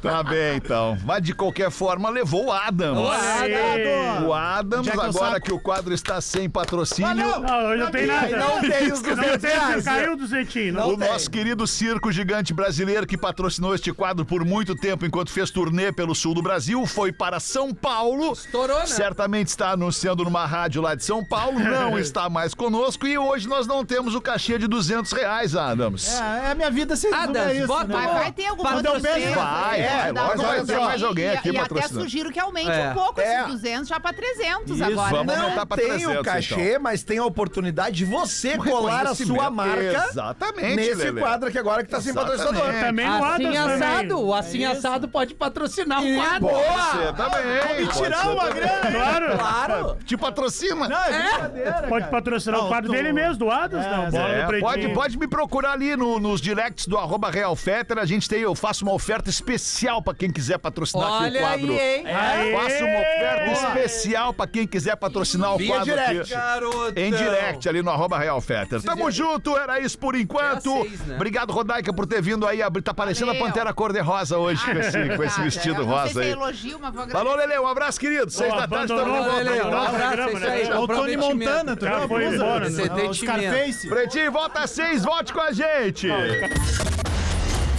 E: Tá bem, então. Mas de qualquer forma, levou o Adams.
B: Olha aí.
E: O
H: É.
E: Adams,
I: Jack, eu
E: agora
I: saco.
E: que o quadro está sem patrocínio,
B: Não, hoje não tem nada.
H: Não tem os
B: Não
H: 200
B: tem,
H: reais.
B: caiu do centinho. Não
E: o nosso querido circo gigante brasileiro que patrocinou este quadro por muito tempo enquanto fez turnê pelo sul do Brasil, foi para São Paulo.
F: Estourou, né?
E: Certamente está anunciando numa rádio lá de São Paulo, não está mais conosco e hoje nós não temos o cachê de 200 reais, Adams.
I: É, é a minha vida sem
F: Adams,
I: é isso,
F: bota-
I: né?
D: Mas vai ter alguma
I: Padrão
D: outra
I: mesmo.
D: despesa,
E: Vai,
D: né?
E: vai,
D: Dá
E: logo
D: uma
E: vai
D: coisa
E: ter
D: aí.
E: mais alguém aqui
D: e, e até
E: patrocinando.
D: sugiro que aumente
F: É.
D: um pouco
H: É.
D: esses 200 já pra 300 agora,
E: vamos
D: né?
E: aumentar
H: Não
E: pra
H: tem
E: 300,
H: o cachê, mas tem a oportunidade de você colar a sua
E: reconhecimento.
H: marca
E: Exatamente,
H: nesse
E: Lelê.
H: quadro aqui agora que tá sem
E: Exatamente.
H: patrocinador.
B: Também no Adams
F: Assim
B: também.
F: assado, o assim assado pode patrocinar um quadro.
E: Pode ser também. pode
I: Tirar
E: ser
I: uma
E: também.
I: grana.
B: Claro,
H: Claro.
E: Te patrocina.
I: Não, é brincadeira,
B: pode
I: cara.
B: patrocinar
I: Não,
B: o quadro
I: tu-
B: dele mesmo, do Adams, não. Bola
E: É,
B: no pretinho.
E: pode, pode me procurar ali no- nos directs do arroba Real Fetter. A gente tem, eu faço uma oferta especial pra quem quiser patrocinar aqui
F: Olha
E: o quadro.
F: aí, hein?
B: Aê!
E: Faço uma oferta especial pra quem quiser patrocinar o
F: Via
E: quadro
F: direct.
E: aqui. Em direct ali no arroba Real Fetter. Tamo junto, era isso por enquanto.
F: É às seis, né?
E: Obrigado, Rodaica, por ter vindo aí. abrir- Tá parecendo a
D: Valeu.
E: Pantera Cor-de-Rosa hoje com esse, com esse
D: Obrigada.
E: vestido
D: Eu Não
E: rosa
D: sei se é né?
E: aí.
D: elogio, mas vou agradecer.
E: Falou, Lele. Um abraço, querido. Seis
B: Pô,
E: da tarde, estamos de
B: abandonou,
E: volta.
F: Lele, um
E: então.
F: abraço, é isso aí.
B: É
I: É o Tony Montana, tu
B: Já
I: viu?
B: foi embora, né?
I: É o Scarface.
E: Pretinho, volta às seis. Volte com a gente.